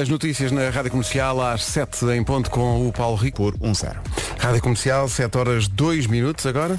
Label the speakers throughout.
Speaker 1: As notícias na Rádio Comercial às 7 em ponto com o Paulo Rico.
Speaker 2: Por 1-0.
Speaker 1: Rádio Comercial, 7 horas 2 minutos agora.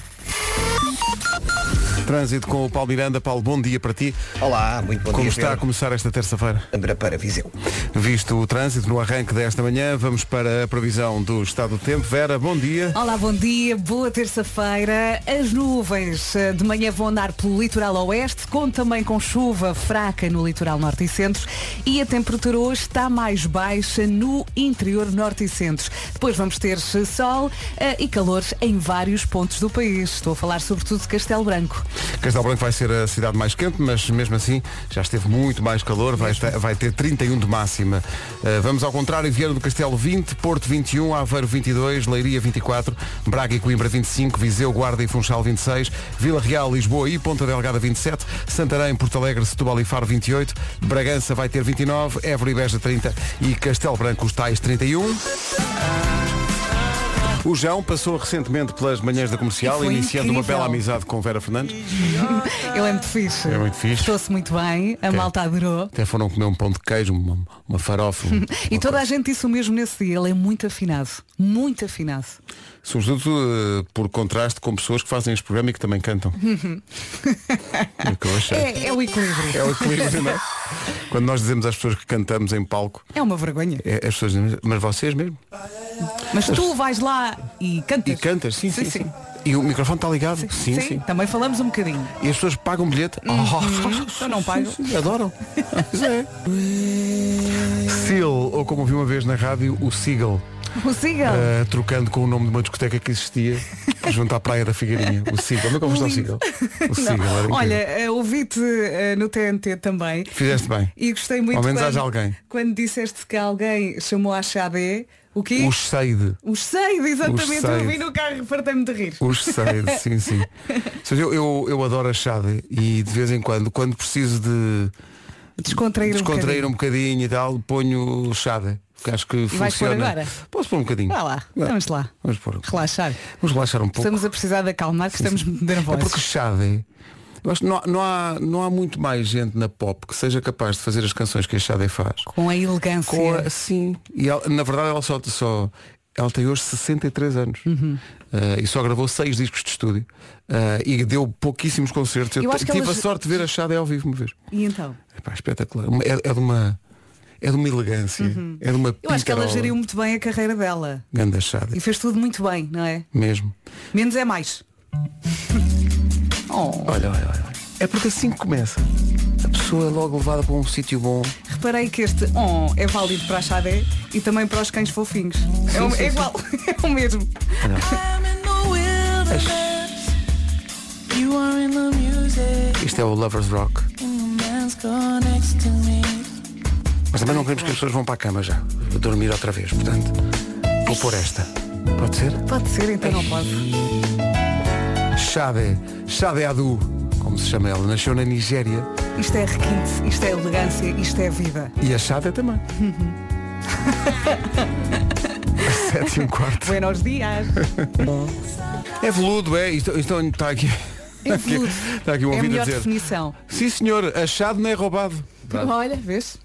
Speaker 1: Trânsito com o Paulo Miranda. Paulo, bom dia para ti.
Speaker 3: Olá, muito bom
Speaker 1: Como
Speaker 3: dia.
Speaker 1: está a
Speaker 3: Pedro.
Speaker 1: começar esta terça-feira?
Speaker 3: Câmara para Viseu.
Speaker 1: Visto o trânsito no arranque desta manhã, vamos para a previsão do estado do tempo. Vera, bom dia.
Speaker 4: Olá, bom dia, boa terça-feira. As nuvens eh, de manhã vão andar pelo litoral oeste, com também com chuva fraca no litoral norte e centro, e a temperatura hoje está mais baixa no interior norte e centro. Depois vamos ter eh, sol eh, e calores em vários pontos do país. Estou a falar sobretudo de Castelo Branco.
Speaker 1: Castelo Branco vai ser a cidade mais quente, mas mesmo assim já esteve muito mais calor, vai ter, vai ter 31 de máxima. Uh, vamos ao contrário, Vieira do Castelo 20, Porto 21, Aveiro 22, Leiria 24, Braga e Coimbra 25, Viseu, Guarda e Funchal 26, Vila Real, Lisboa e Ponta Delgada 27, Santarém, Porto Alegre, Setúbal e Faro 28, Bragança vai ter 29, Évora e Beja 30 e Castelo Branco os tais 31. O João passou recentemente pelas manhãs da comercial,
Speaker 4: E foi
Speaker 1: iniciando uma
Speaker 4: incrível.
Speaker 1: bela amizade com Vera Fernandes.
Speaker 4: Eu é muito fixe.
Speaker 1: É muito fixe.
Speaker 4: Estou-se muito bem, a malta adorou.
Speaker 1: Até foram comer um pão de queijo, uma, uma farofa. um-
Speaker 4: E
Speaker 1: uma
Speaker 4: toda
Speaker 1: coisa.
Speaker 4: a gente disse o mesmo nesse dia. Ele é muito afinado. Muito afinado.
Speaker 1: Sobretudo eh, por contraste com pessoas que fazem este programa e que também cantam. é o que eu achei.
Speaker 4: É, é o equilíbrio.
Speaker 1: É o equilíbrio, não é? Quando nós dizemos às pessoas que cantamos em palco,
Speaker 4: É uma vergonha.
Speaker 1: é- as pessoas dizem, mas vocês mesmo?
Speaker 4: Mas tu vais lá e cantas.
Speaker 1: E cantas? Sim, sim, sim.
Speaker 4: Sim, sim.
Speaker 1: E o microfone está ligado? Sim, sim.
Speaker 4: Também falamos um bocadinho.
Speaker 1: E as pessoas pagam bilhete? Oh,
Speaker 4: Uhum. Eu não pago.
Speaker 1: Sim, adoram. Pois é. Seal, ou como vi uma vez na rádio, o Seagull.
Speaker 4: O Sigal.
Speaker 1: Uh, trocando com o nome de uma discoteca que existia, junto à Praia da Figueirinha. O Sigal. Como é que eu vou estar o Sigal? O Sigal era incrível.
Speaker 4: Olha, eh, ouvi-te eh, no TNT também.
Speaker 1: Fizeste bem.
Speaker 4: E gostei muito
Speaker 1: Ao menos
Speaker 4: quando,
Speaker 1: haja alguém.
Speaker 4: quando disseste que alguém chamou a Xabé. O quê?
Speaker 1: Os Seide.
Speaker 4: Os seis, exatamente.
Speaker 1: Os seis.
Speaker 4: Eu vi no carro, fartei-me de rir.
Speaker 1: Os Seide, sim, sim. Sabes, Eu, eu, eu adoro a chade e de vez em quando, quando preciso de
Speaker 4: Descontrair,
Speaker 1: descontrair
Speaker 4: um
Speaker 1: um bocadinho e tal, ponho chade. Porque acho que
Speaker 4: vais pôr
Speaker 1: funciona.
Speaker 4: agora?
Speaker 1: Posso pôr um bocadinho?
Speaker 4: Vá lá,
Speaker 1: Vá.
Speaker 4: vamos lá.
Speaker 1: Vamos pôr.
Speaker 4: Relaxar.
Speaker 1: Vamos relaxar um pouco.
Speaker 4: Estamos a precisar de acalmar, que estamos
Speaker 1: É
Speaker 4: nervosos.
Speaker 1: porque Xade, eu acho que não, há- não há, não há muito mais gente na pop que seja capaz de fazer as canções que a Xade faz.
Speaker 4: Com a elegância.
Speaker 1: Com a- sim. E ela- na verdade ela só, só- ela tem hoje 63 anos
Speaker 4: Uhum.
Speaker 1: Eh, e só gravou seis discos de estúdio Eh, e deu pouquíssimos concertos. Eu,
Speaker 4: Eu
Speaker 1: te-
Speaker 4: acho que
Speaker 1: tive
Speaker 4: elas-
Speaker 1: a sorte de ver a Xade ao vivo uma vez.
Speaker 4: E então?
Speaker 1: Epá, espetacular. Uma- É, é de uma é de uma elegância, é de uma
Speaker 4: Uhum. Eu acho que ela
Speaker 1: pintarola.
Speaker 4: geriu muito bem a carreira dela.
Speaker 1: Ganda Xade,
Speaker 4: E fez tudo muito bem, não é?
Speaker 1: mesmo.
Speaker 4: Menos é mais. Oh,
Speaker 1: Olha, olha, olha. É porque assim que começa. A pessoa é logo levada para um sítio bom.
Speaker 4: reparei que este on é válido para a Xadé e também para os cães fofinhos. é, o-
Speaker 1: sim,
Speaker 4: é
Speaker 1: sim.
Speaker 4: igual, é o mesmo.
Speaker 1: Isto é o Lovers Rock. Mas também não queremos que as pessoas vão para a cama já. a Dormir outra vez, portanto. Vou pôr esta. Pode ser?
Speaker 4: Pode ser, então não pode.
Speaker 1: Xade. Xade Adu. Como se chama ela. Nasceu na Nigéria.
Speaker 4: Isto é requinte, isto é elegância, isto é vida.
Speaker 1: E a Xade também. Às Sete e um quarto.
Speaker 4: Buenos dias.
Speaker 1: É veludo, é. Isto, isto está aqui.
Speaker 4: É veludo.
Speaker 1: Está aqui um
Speaker 4: é a
Speaker 1: ouvido a
Speaker 4: melhor
Speaker 1: dizer.
Speaker 4: definição.
Speaker 1: Sim senhor, achado não é roubado.
Speaker 4: Olha, vês?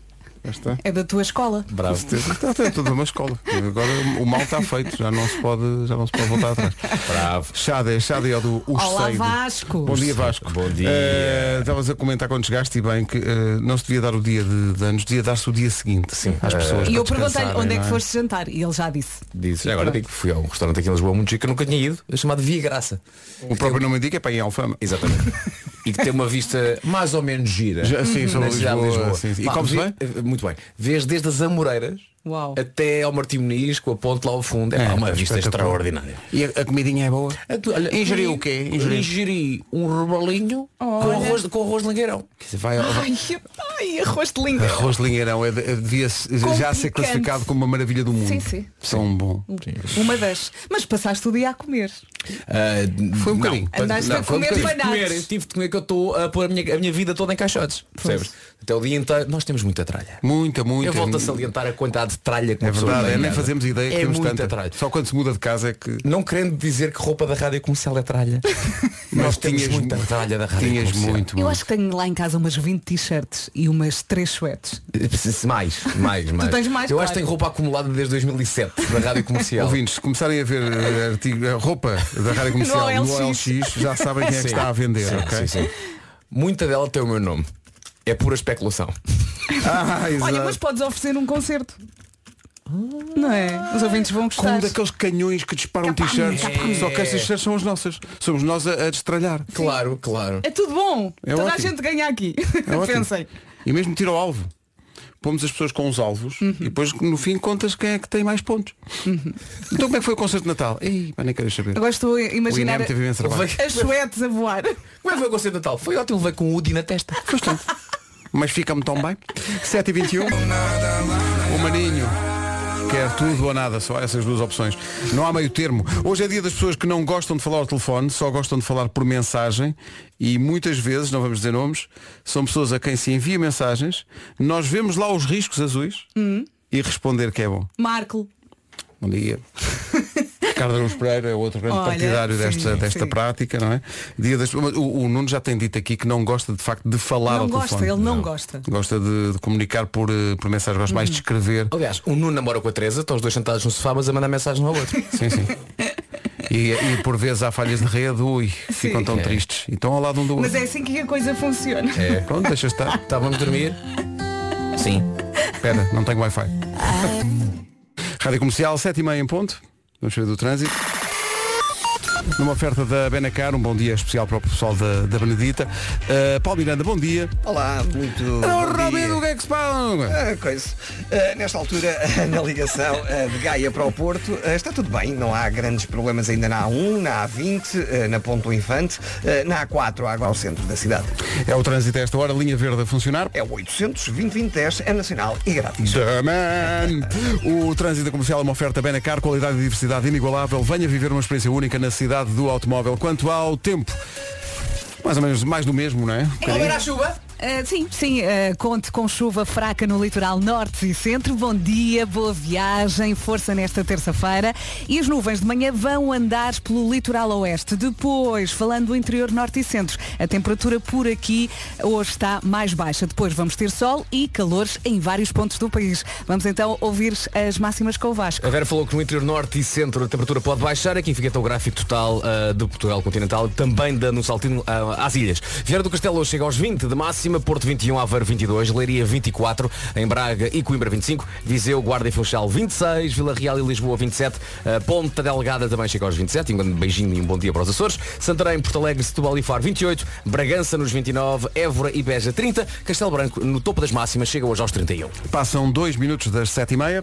Speaker 1: Já está.
Speaker 4: É da tua escola.
Speaker 1: Bravo. Está até toda uma escola. Agora o mal está feito, já não se pode, já não se pode voltar atrás.
Speaker 2: Bravo.
Speaker 1: Chade, Chade é do Os
Speaker 4: Olá,
Speaker 1: Seide.
Speaker 4: Vasco.
Speaker 1: Bom dia Vasco.
Speaker 2: Bom dia.
Speaker 1: Eh, Estavas a comentar quando chegaste e bem que eh, não se devia dar o dia de, de anos, devia dar-se o dia seguinte Sim.
Speaker 2: Eh,
Speaker 1: às pessoas.
Speaker 4: E eu
Speaker 1: para
Speaker 4: perguntei-lhe
Speaker 1: descansarem,
Speaker 4: onde é
Speaker 1: não
Speaker 4: que foste jantar e ele já disse.
Speaker 2: Disse, já agora digo que fui a um restaurante aqui em Lisboa muito chique que eu nunca tinha ido, é chamado Via Graça.
Speaker 1: O próprio nome indica é para ir em Alfama.
Speaker 2: Exatamente. e que tem uma vista mais ou menos gira.
Speaker 1: Já- sim,
Speaker 2: na
Speaker 1: sobre
Speaker 2: cidade de
Speaker 1: Lisboa, sim, sim. E
Speaker 2: Pá,
Speaker 1: comes
Speaker 2: vi-
Speaker 1: bem?
Speaker 2: eh, Muito bem. Vês desde as Amoreiras
Speaker 4: Uau.
Speaker 2: até ao Martimoniz, com a ponte lá ao fundo. É, pá, uma vista
Speaker 1: tá espetacular.
Speaker 2: extraordinária.
Speaker 1: E a, a comidinha é boa? Ingeri o quê?
Speaker 2: Ingeri,
Speaker 1: Ingeri.
Speaker 2: um rebalinho com arroz, com arroz de lingueirão.
Speaker 1: Vai, vai.
Speaker 4: Ai, ai, arroz de língua.
Speaker 1: Arroz de lingueirão é, de- é- devia se- já ser
Speaker 4: picante.
Speaker 1: classificado como uma maravilha do mundo.
Speaker 4: Sim, sim. Um
Speaker 1: Tão bom.
Speaker 4: Uma das. Mas passaste o dia a comer.
Speaker 1: Foi um
Speaker 2: Ah, Não,
Speaker 1: bocadinho.
Speaker 2: pa-
Speaker 4: Andaste a
Speaker 2: foi um
Speaker 4: comer
Speaker 2: bocadinho.
Speaker 4: bananas.
Speaker 2: Tive de comer, tive de comer que eu estou a pôr a minha, a minha vida toda em caixotes. Percebes? Até o dia inteiro. Nós temos muita tralha.
Speaker 1: Muita, muita.
Speaker 2: Eu volto a salientar a quantidade de tralha que uma
Speaker 1: É
Speaker 2: pessoa
Speaker 1: verdade,
Speaker 2: tem
Speaker 1: é,
Speaker 2: em
Speaker 1: nem
Speaker 2: casa.
Speaker 1: fazemos ideia que
Speaker 2: é
Speaker 1: temos
Speaker 2: muita
Speaker 1: tanta.
Speaker 2: tralha.
Speaker 1: Só quando se muda de casa é que
Speaker 2: Não querendo dizer que roupa da rádio comercial é tralha. Nós temos muita tralha da rádio
Speaker 1: Tinhas
Speaker 2: comercial.
Speaker 1: muito,
Speaker 4: Eu
Speaker 1: muito.
Speaker 4: acho que tenho lá em casa umas 20 t-shirts e umas 3 suetes.
Speaker 2: Eh, Mais, mais, mais.
Speaker 4: tens mais,
Speaker 2: Eu
Speaker 4: claro.
Speaker 2: acho que tenho roupa acumulada desde 2007 da rádio comercial.
Speaker 1: Ouvintes, se começarem a ver eh, artigo- a roupa da rádio comercial
Speaker 4: No
Speaker 1: no
Speaker 4: OLX.
Speaker 1: LX, já sabem quem é que
Speaker 2: Sim.
Speaker 1: está a vender,
Speaker 2: Sim,
Speaker 1: ok?
Speaker 2: sim, sim. Muita dela tem o meu nome. É pura especulação.
Speaker 1: Ah,
Speaker 4: Olha, mas
Speaker 1: exato.
Speaker 4: podes oferecer um concerto. Não é? Os ouvintes vão
Speaker 1: Com um
Speaker 4: gostar.
Speaker 1: daqueles canhões que disparam
Speaker 4: Capaz.
Speaker 1: t-shirts. Só que essas t-shirts são as nossas. Somos nós a, a destralhar.
Speaker 2: Claro, claro.
Speaker 4: É tudo bom.
Speaker 1: É
Speaker 4: Toda a
Speaker 1: ótimo.
Speaker 4: gente ganha aqui.
Speaker 1: É ótimo.
Speaker 4: Pensem.
Speaker 1: E mesmo tiro ao alvo. Pomos as pessoas com os alvos
Speaker 4: Uhum.
Speaker 1: e depois no fim contas quem é que tem mais pontos. Então como é que foi o concerto de Natal? Ei, pá, nem quero saber.
Speaker 4: Agora estou a
Speaker 1: O
Speaker 4: imaginar
Speaker 1: INEM teve imenso trabalho.
Speaker 4: as suetes a voar.
Speaker 2: Como é que foi o concerto de Natal? Foi ótimo, veio com o Woody na testa.
Speaker 1: Pois está. Mas fica-me tão bem. 7h21. O Maninho. Quer tudo ou nada, só essas duas opções. Não há meio termo. Hoje é dia das pessoas que não gostam de falar ao telefone, só gostam de falar por mensagem e muitas vezes, não vamos dizer nomes, são pessoas a quem se envia mensagens, nós vemos lá os riscos azuis e responder que é bom.
Speaker 4: Marco.
Speaker 1: Bom dia. Ricardo Araújo Pereira é outro grande
Speaker 4: Olha,
Speaker 1: partidário
Speaker 4: sim,
Speaker 1: desta, desta
Speaker 4: sim.
Speaker 1: prática, não é? Dia das... o, o Nuno já tem dito aqui que não gosta de facto de falar
Speaker 4: Não
Speaker 1: ao
Speaker 4: gosta,
Speaker 1: telefone.
Speaker 4: ele não gosta. Hum.
Speaker 1: Gosta de, de comunicar por, eh, por mensagem, gosta mais de escrever.
Speaker 2: Aliás, o Nuno namora com a Teresa, estão os dois sentados no sofá, mas a mandar mensagem um ao outro.
Speaker 4: Oh.
Speaker 1: Sim, sim. E, e por vezes há falhas de rede, ui, ficam tão
Speaker 2: É.
Speaker 1: tristes. E estão ao lado um do outro.
Speaker 4: Mas é assim que a coisa funciona.
Speaker 2: É.
Speaker 1: Pronto, deixa estar.
Speaker 2: Tá, vamos dormir? Sim.
Speaker 1: Espera, não tenho Wi-Fi. Rádio Comercial, 7h30 em ponto. Vamos saber do trânsito. Numa oferta da Benacar, um bom dia especial para o pessoal da, da Benedita. Uh, Paulo Miranda, bom dia.
Speaker 3: Olá, muito
Speaker 1: Não,
Speaker 3: bom dia.
Speaker 1: Rabino, o que é que se passa?
Speaker 3: Ah, coisa. Ah, nesta altura, na ligação ah, de Gaia para o Porto, ah, está tudo bem, não há grandes problemas ainda na A1, na A20, ah, na Ponte do Infante, ah, na A4, agora ao centro da cidade.
Speaker 1: É o trânsito a esta hora, linha verde a funcionar.
Speaker 3: É o 800 2010 é nacional e grátis.
Speaker 1: The man. O trânsito comercial é uma oferta Benacar, qualidade e diversidade inigualável. Venha viver uma experiência única na cidade do automóvel. Quanto ao tempo, mais ou menos mais do mesmo, não é?
Speaker 2: a chuva?
Speaker 4: Ah, sim, sim, ah, conte com chuva fraca no litoral norte e centro. Bom dia, boa viagem, força nesta terça-feira. E as nuvens de manhã vão andar pelo litoral oeste. Depois, falando do interior norte e centro, a temperatura por aqui hoje está mais baixa. Depois vamos ter sol e calores em vários pontos do país. Vamos então ouvir as máximas com o Vasco.
Speaker 2: A Vera falou que no interior norte e centro a temperatura pode baixar. Aqui fica então o gráfico total ah, de Portugal continental, também da, no Saltino ah, às ilhas. Vieira do Castelo hoje chega aos 20 de máxima, Porto 21, Aveiro 22, Leiria 24, em Braga e Coimbra 25, Viseu, Guarda e Funchal 26, Vila Real e Lisboa 27, ah, Ponta Delgada também chega aos 27, e um grande beijinho e um bom dia para os Açores, Santarém, Porto Alegre, Setúbal e Faro 28, Bragança nos 29, Évora e Beja 30, Castelo Branco no topo das máximas chega hoje aos 31.
Speaker 1: Passam dois minutos das sete e meia.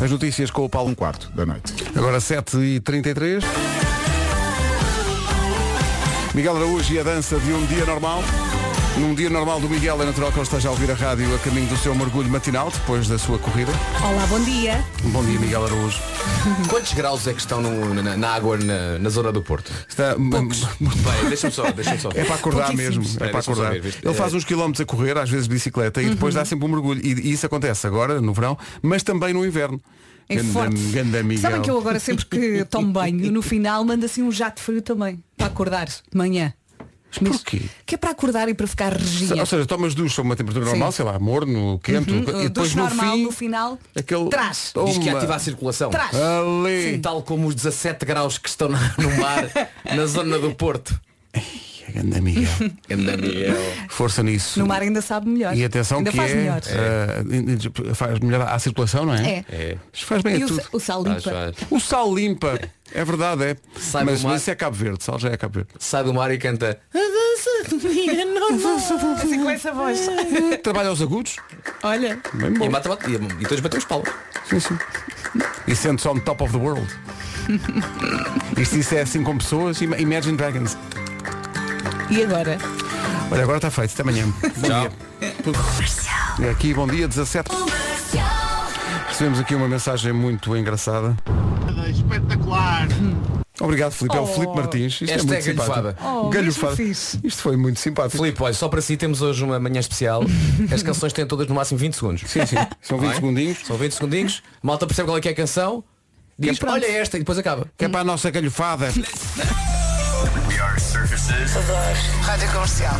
Speaker 1: As notícias com o Paulo.
Speaker 5: um quarto da noite.
Speaker 1: Agora 7h33. Miguel Araújo e a dança de um dia normal. Num dia normal do Miguel é natural que ele esteja a ouvir a rádio a caminho do seu mergulho matinal, depois da sua corrida. Um
Speaker 4: Olá, bom dia.
Speaker 1: Bom dia, Miguel Araújo.
Speaker 2: Quantos graus é que estão no- na, na água na, na zona do Porto?
Speaker 1: Está...
Speaker 2: Bem, deixa-me só, deixa-me só.
Speaker 1: É para acordar mesmo,
Speaker 2: Pouquíssimos.
Speaker 1: é
Speaker 2: Espera,
Speaker 1: para
Speaker 2: deixa-me só
Speaker 1: acordar.
Speaker 2: ver, isto-
Speaker 1: Ele faz
Speaker 2: é- Uhum.
Speaker 1: uns quilómetros a correr, às vezes de bicicleta, e depois dá sempre um mergulho. E, e isso acontece agora, no verão, mas também no inverno.
Speaker 4: É
Speaker 1: Ganda-
Speaker 4: forte.
Speaker 1: ganda Miguel.
Speaker 4: Sabem que eu agora sempre que tomo banho, no final mando assim um jato frio também, para acordar de manhã.
Speaker 1: Mas porquê?
Speaker 4: Que é para acordar e para ficar
Speaker 1: Se-
Speaker 4: regia.
Speaker 1: Ou seja, tomas ducha a uma temperatura
Speaker 4: Sim. Uhum.
Speaker 1: normal, sei lá, morno, quente, e depois
Speaker 4: Duche
Speaker 1: no
Speaker 4: hum, normal,
Speaker 1: fim,
Speaker 4: no final,
Speaker 1: aquele
Speaker 4: traz.
Speaker 1: Toma.
Speaker 2: Diz que ativa a circulação.
Speaker 4: Traz.
Speaker 1: Ali. tá.
Speaker 2: Sim. Tal como os 17 graus que estão na- no mar, na zona do Porto.
Speaker 4: tá.
Speaker 1: Que grande Miguel.
Speaker 2: Anda, Miguel.
Speaker 1: Força nisso.
Speaker 4: No mar ainda sabe melhor.
Speaker 1: E atenção
Speaker 4: ainda
Speaker 1: que
Speaker 4: faz
Speaker 1: é,
Speaker 4: melhor.
Speaker 1: eh, faz melhor à circulação, não é?
Speaker 4: É.
Speaker 2: É.
Speaker 1: Isto faz bem
Speaker 4: E
Speaker 1: a
Speaker 4: o,
Speaker 1: tudo.
Speaker 4: o sal
Speaker 2: Faz,
Speaker 4: limpa.
Speaker 2: faz.
Speaker 1: O sal limpa. É verdade, é.
Speaker 2: Sai do
Speaker 1: mas,
Speaker 2: mar.
Speaker 1: mas isso é Cabo Verde, sal já é Cabo Verde.
Speaker 2: Sai do mar e canta.
Speaker 4: é Assim com essa voz.
Speaker 1: Trabalha aos agudos.
Speaker 4: Olha.
Speaker 1: Bem
Speaker 2: E
Speaker 1: bom.
Speaker 2: bate, bate. E, e depois bateu os palos.
Speaker 1: Sim, sim. E sente-se on top of the world. Isto, isto é assim com pessoas. Ima- Imagine Dragons.
Speaker 4: E agora?
Speaker 1: Olha, agora está feito. Até amanhã. Bom dia. E aqui, bom dia, 17. Recebemos aqui uma mensagem muito engraçada.
Speaker 6: espetacular.
Speaker 1: Obrigado, Filipe. É o
Speaker 4: Oh.
Speaker 1: Filipe Martins. Isto é
Speaker 2: Esta
Speaker 1: muito
Speaker 2: é galhofada.
Speaker 1: simpático.
Speaker 4: Oh,
Speaker 1: Galhofada.
Speaker 4: mesmo fixe.
Speaker 1: Isto foi muito simpático.
Speaker 2: Filipe, olha, só para si temos hoje uma manhã especial. As canções têm todas no máximo 20 segundos.
Speaker 1: Sim, sim. São 20
Speaker 2: Vai?
Speaker 1: segundinhos.
Speaker 2: São 20 segundinhos. Malta percebe qual é que é a canção. Diz,
Speaker 4: pronto.
Speaker 2: olha esta e depois acaba.
Speaker 1: Que é para a nossa galhofada.
Speaker 5: Rádio Comercial.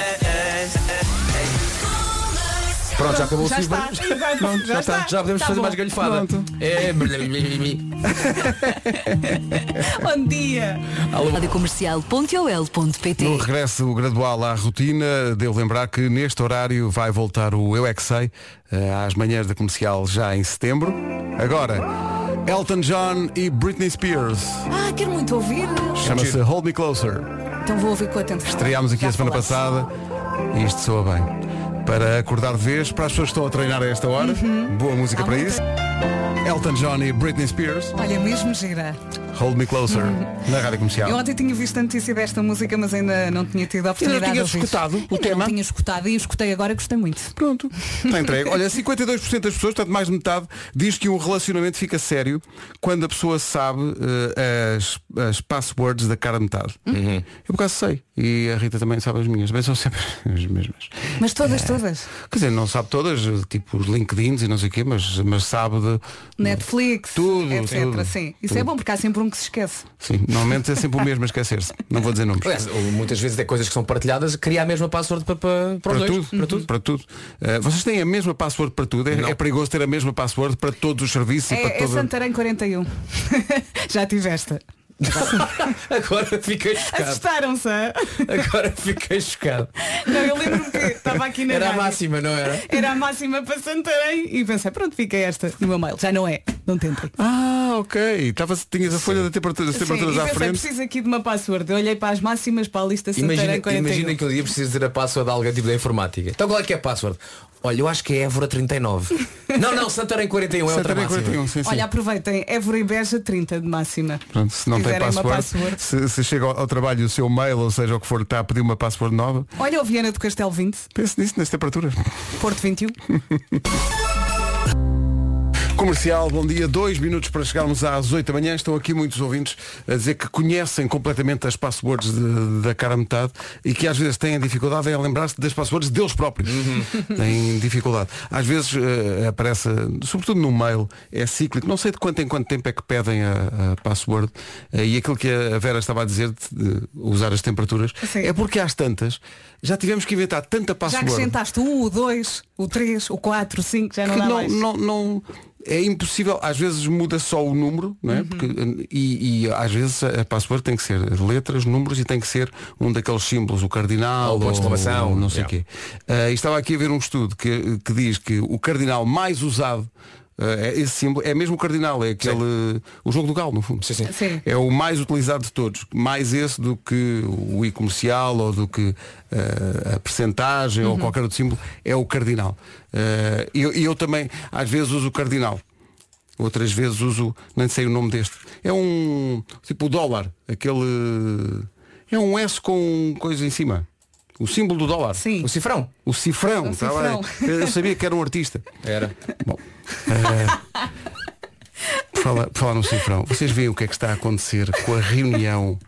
Speaker 1: Ah,
Speaker 2: Pronto, já acabou
Speaker 4: Já
Speaker 2: o
Speaker 4: está.
Speaker 2: Silver. Já, está. já podemos
Speaker 4: Tá
Speaker 2: fazer
Speaker 4: bom.
Speaker 2: mais galhofada. É, blá, blá, blá,
Speaker 4: Bom dia.
Speaker 5: Radiocomercial.ol.pt
Speaker 1: No regresso gradual à rotina, devo lembrar que neste horário vai voltar o Eu É Que Sei, eh, às manhãs da comercial já em setembro. Agora, Elton John e Britney Spears.
Speaker 4: Ah, quero muito ouvir.
Speaker 1: Chama-se Hold Me Closer.
Speaker 4: Então vou ouvir com atenção.
Speaker 1: Estreámos aqui
Speaker 4: Já
Speaker 1: a semana
Speaker 4: falamos.
Speaker 1: passada e isto soa bem. Para acordar de vez, para as pessoas que estão a treinar a esta hora,
Speaker 4: Uhum.
Speaker 1: boa música
Speaker 4: Há
Speaker 1: para
Speaker 4: muita.
Speaker 1: isso. Elton John e Britney Spears,
Speaker 4: Olha, mesmo gira.
Speaker 1: Hold Me Closer, na Rádio
Speaker 4: Uhum. Eu
Speaker 1: Comercial.
Speaker 4: ontem tinha visto a notícia desta música, mas ainda não tinha tido a oportunidade
Speaker 1: tinhas
Speaker 4: de ouvir.
Speaker 1: escutado o
Speaker 4: Ainda
Speaker 1: tema?
Speaker 4: Não tinha escutado e escutei agora e gostei muito.
Speaker 1: Pronto, está entregue. Olha, 52% das pessoas, portanto mais de metade, diz que um relacionamento fica sério quando a pessoa sabe eh, as, as passwords da cara de metade.
Speaker 4: Uhum.
Speaker 1: Eu por acaso sei. E a Rita também sabe as minhas. Bem, são sempre as mesmas.
Speaker 4: Mas
Speaker 1: É.
Speaker 4: todas, todas.
Speaker 1: Quer dizer, não sabe todas, tipo os LinkedIns e não sei o quê, mas, mas sabe de.
Speaker 4: Netflix,
Speaker 1: Tudo,
Speaker 4: etc.
Speaker 1: tudo,
Speaker 4: Sim. Isso
Speaker 1: tudo.
Speaker 4: é bom porque há sempre um que se esquece.
Speaker 1: Sim, normalmente é sempre o mesmo a esquecer-se. Não vou dizer nomes.
Speaker 2: blá. Ou Muitas vezes é coisas que são partilhadas, cria a mesma password para, para, para os
Speaker 1: Para
Speaker 2: dois.
Speaker 1: tudo, para tudo, para tudo. Eh, vocês têm a mesma password para tudo? É, é perigoso ter a mesma password para todos os serviços e para
Speaker 4: É, é
Speaker 1: Tipo, toda...
Speaker 4: Santarém 41. Já tiveste.
Speaker 1: Uhum.
Speaker 2: Agora fiquei chocado.
Speaker 4: Assustaram-se. hã?
Speaker 2: Agora fiquei chocado.
Speaker 4: Não, eu lembro-me que estava aqui na
Speaker 2: Era a
Speaker 4: rádio.
Speaker 2: máxima, não era?
Speaker 4: Era a máxima para Santarém e pensei, pronto, fica esta no meu mail. Já não é, não tentem.
Speaker 1: Ah, ok. Tava, tinhas a folha da temperatura, das
Speaker 4: Sim,
Speaker 1: temperaturas
Speaker 4: e
Speaker 1: à
Speaker 4: pensei,
Speaker 1: frente.
Speaker 4: preciso aqui de uma password. Eu olhei para as máximas, para a lista
Speaker 2: Imagina,
Speaker 4: Santarém 41.
Speaker 2: imagina que um dia precisas dizer a password de alguém tipo da informática. Então qual é que é a password? Olha, eu acho que é Évora 39. não, não, Santarém 41 é outra
Speaker 1: Santarém
Speaker 2: máxima.
Speaker 1: 41, sim, sim.
Speaker 4: Olha, aproveitem, Évora e Beja 30 de máxima.
Speaker 1: Portanto, se não tem
Speaker 4: quiserem uma
Speaker 1: password,
Speaker 4: password.
Speaker 1: Se, se chega ao, ao trabalho o seu mail, ou seja, o que for que está a pedir uma password nova,
Speaker 4: Olha o Viana do Castelo 20,
Speaker 1: pense nisso, nas temperaturas.
Speaker 4: Porto 21.
Speaker 1: Comercial, bom dia. Dois minutos para chegarmos às 8 da manhã. Estão aqui muitos ouvintes a dizer que conhecem completamente as passwords de- da cara a metade e que às vezes têm dificuldade em lembrar-se das passwords deles próprios. Têm dificuldade. Às vezes eh, aparece, sobretudo no mail, é cíclico. Não sei de quanto em quanto tempo é que pedem a, a password. Eh, e aquilo que a Vera estava a dizer de, de usar as temperaturas
Speaker 4: Sim.
Speaker 1: é porque às tantas já tivemos que inventar tanta
Speaker 4: Já
Speaker 1: password
Speaker 4: acrescentaste o 1, o 2, o 3, o 4, o 5, já não
Speaker 1: que
Speaker 4: dá
Speaker 1: não,
Speaker 4: mais.
Speaker 1: não, não- é impossível, às vezes muda só o número, não é?
Speaker 4: Uhum.
Speaker 1: Porque, e, e às vezes a password tem que ser letras, números e tem que ser um daqueles símbolos, o cardinal,
Speaker 2: Ou o ponto de exclamação,
Speaker 1: ou não sei o
Speaker 2: yeah.
Speaker 1: quê. Ah, e estava aqui a ver um estudo que, que diz que o cardinal mais usado, ah, é esse símbolo, é mesmo o cardinal, é aquele. o jogo do galo, no fundo.
Speaker 2: Sim, sim.
Speaker 4: Sim.
Speaker 1: É o mais utilizado de todos. Mais esse do que o i comercial ou do que eh, a percentagem
Speaker 2: Uhum.
Speaker 1: ou qualquer outro símbolo. É o cardinal. Eh, E eu, e eu também, às vezes, uso o cardinal. Outras vezes uso, nem sei o nome deste. É um, tipo o dólar. Aquele, é um S com coisa em cima. O símbolo do dólar.
Speaker 4: Sim.
Speaker 2: O cifrão.
Speaker 1: O cifrão.
Speaker 4: O
Speaker 1: tá
Speaker 4: cifrão.
Speaker 1: bem. Eu sabia que era um artista.
Speaker 2: Era.
Speaker 1: Bom. eh, por falar, por falar no cifrão, vocês veem o que é que está a acontecer com a reunião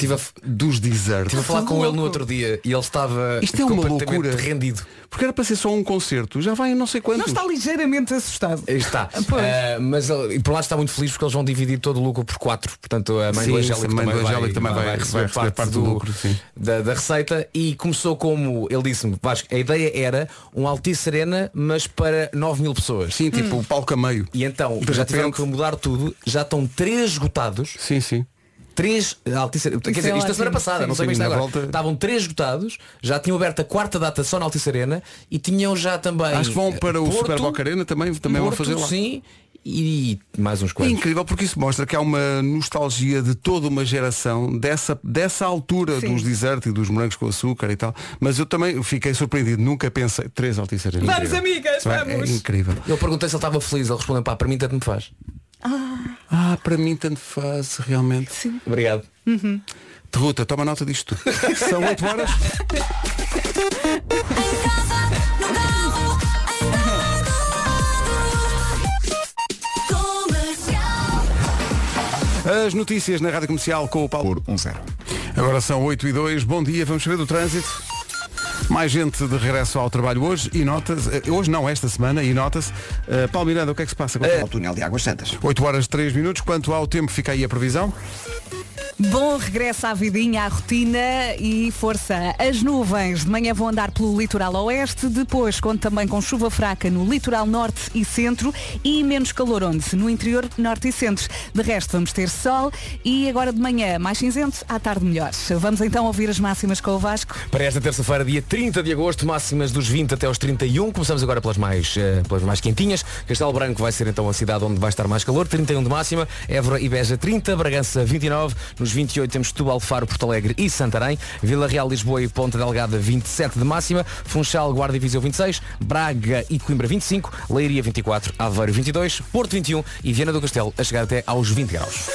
Speaker 2: Estive a, f-
Speaker 1: dos
Speaker 2: tive a
Speaker 1: desertos.
Speaker 2: falar com ele
Speaker 4: louco.
Speaker 2: no outro dia e ele estava
Speaker 1: Isto é uma
Speaker 2: completamente
Speaker 1: loucura.
Speaker 2: rendido.
Speaker 1: Porque era para ser só um concerto, já vai em não sei
Speaker 4: Não
Speaker 1: quantos.
Speaker 4: está ligeiramente assustado.
Speaker 1: É.
Speaker 2: Aí Está.
Speaker 4: Pois.
Speaker 2: Ah, mas ele, e por lá está muito feliz porque eles vão dividir todo o lucro por quatro. Portanto, a mãe
Speaker 1: Sim,
Speaker 2: do
Speaker 1: a
Speaker 2: Angélico
Speaker 1: mãe
Speaker 2: também,
Speaker 1: do Angélico também vai- vai receber parte do lucro, sim.
Speaker 2: da, da receita. E começou como, ele disse-me, Vasco, a ideia era um Altice Arena, mas para 9 mil pessoas.
Speaker 1: Sim, tipo
Speaker 4: Hum.
Speaker 1: o palco a meio.
Speaker 2: E então,
Speaker 1: De
Speaker 2: já tiveram
Speaker 1: repente.
Speaker 2: que mudar tudo, já estão três esgotados.
Speaker 1: Sim, sim.
Speaker 2: Três Altice Quer dizer, isto
Speaker 4: é ótimo.
Speaker 2: da semana passada,
Speaker 4: Sim.
Speaker 2: não sei bem isto é
Speaker 1: Sim, na
Speaker 2: agora.
Speaker 1: volta-
Speaker 2: Estavam três esgotados, já tinham aberto a quarta data só na Altice Arena e tinham já também.
Speaker 1: Acho que vão para o
Speaker 2: Porto,
Speaker 1: Super Boca Arena também, também vão
Speaker 2: Porto,
Speaker 1: fazer lá.
Speaker 2: Sim, e mais uns
Speaker 1: É
Speaker 2: quantos.
Speaker 1: incrível porque isso mostra que há uma nostalgia de toda uma geração dessa, dessa altura
Speaker 4: Sim.
Speaker 1: dos desertos e dos morangos com açúcar e tal. Mas eu também fiquei surpreendido, nunca pensei. Três Altice Arena.
Speaker 4: Vamos,
Speaker 1: Incrível.
Speaker 4: amigas,
Speaker 1: É
Speaker 4: vamos.
Speaker 1: incrível.
Speaker 2: Eu perguntei se ele estava feliz, ele respondeu, pá, para mim tanto me faz.
Speaker 1: Ah, para mim tanto faz, realmente.
Speaker 2: Obrigado.
Speaker 1: Derruta, toma nota disto. tudo. São 8 horas. As notícias na Rádio Comercial com o Paulo.
Speaker 6: Por 1-0.
Speaker 1: Agora são 8 e 2, bom dia, vamos saber do trânsito. Mais gente de regresso ao trabalho hoje e nota-se, eh, hoje não, esta semana, e nota-se. eh, Paulo Miranda, o que é que se passa agora?
Speaker 3: Ao Ah, túnel de Águas Santas.
Speaker 1: 8 horas 3 minutos, quanto ao tempo fica aí a previsão?
Speaker 4: Bom regresso à vidinha, à rotina e força. As nuvens de manhã vão andar pelo litoral oeste, depois conto também com chuva fraca no litoral norte e centro e menos calor onde? No interior norte e centro. De resto vamos ter sol e agora de manhã mais cinzento, à tarde melhor. Vamos então ouvir as máximas com o Vasco.
Speaker 2: Para esta terça-feira, dia 30 de agosto, máximas dos 20 até aos 31. Começamos agora pelas mais, eh, pelas mais quentinhas. Castelo Branco vai ser então a cidade onde vai estar mais calor, 31 de máxima. Évora e Beja 30, Bragança 29. Nos 28 temos Setúbal, Faro, Porto Alegre e Santarém. Vila Real, Lisboa e Ponta Delgada 27 de máxima. Funchal, Guarda e Viseu 26. Braga e Coimbra 25. Leiria 24. Aveiro 22. Porto 21. E Viana do Castelo a chegar até aos 20 graus.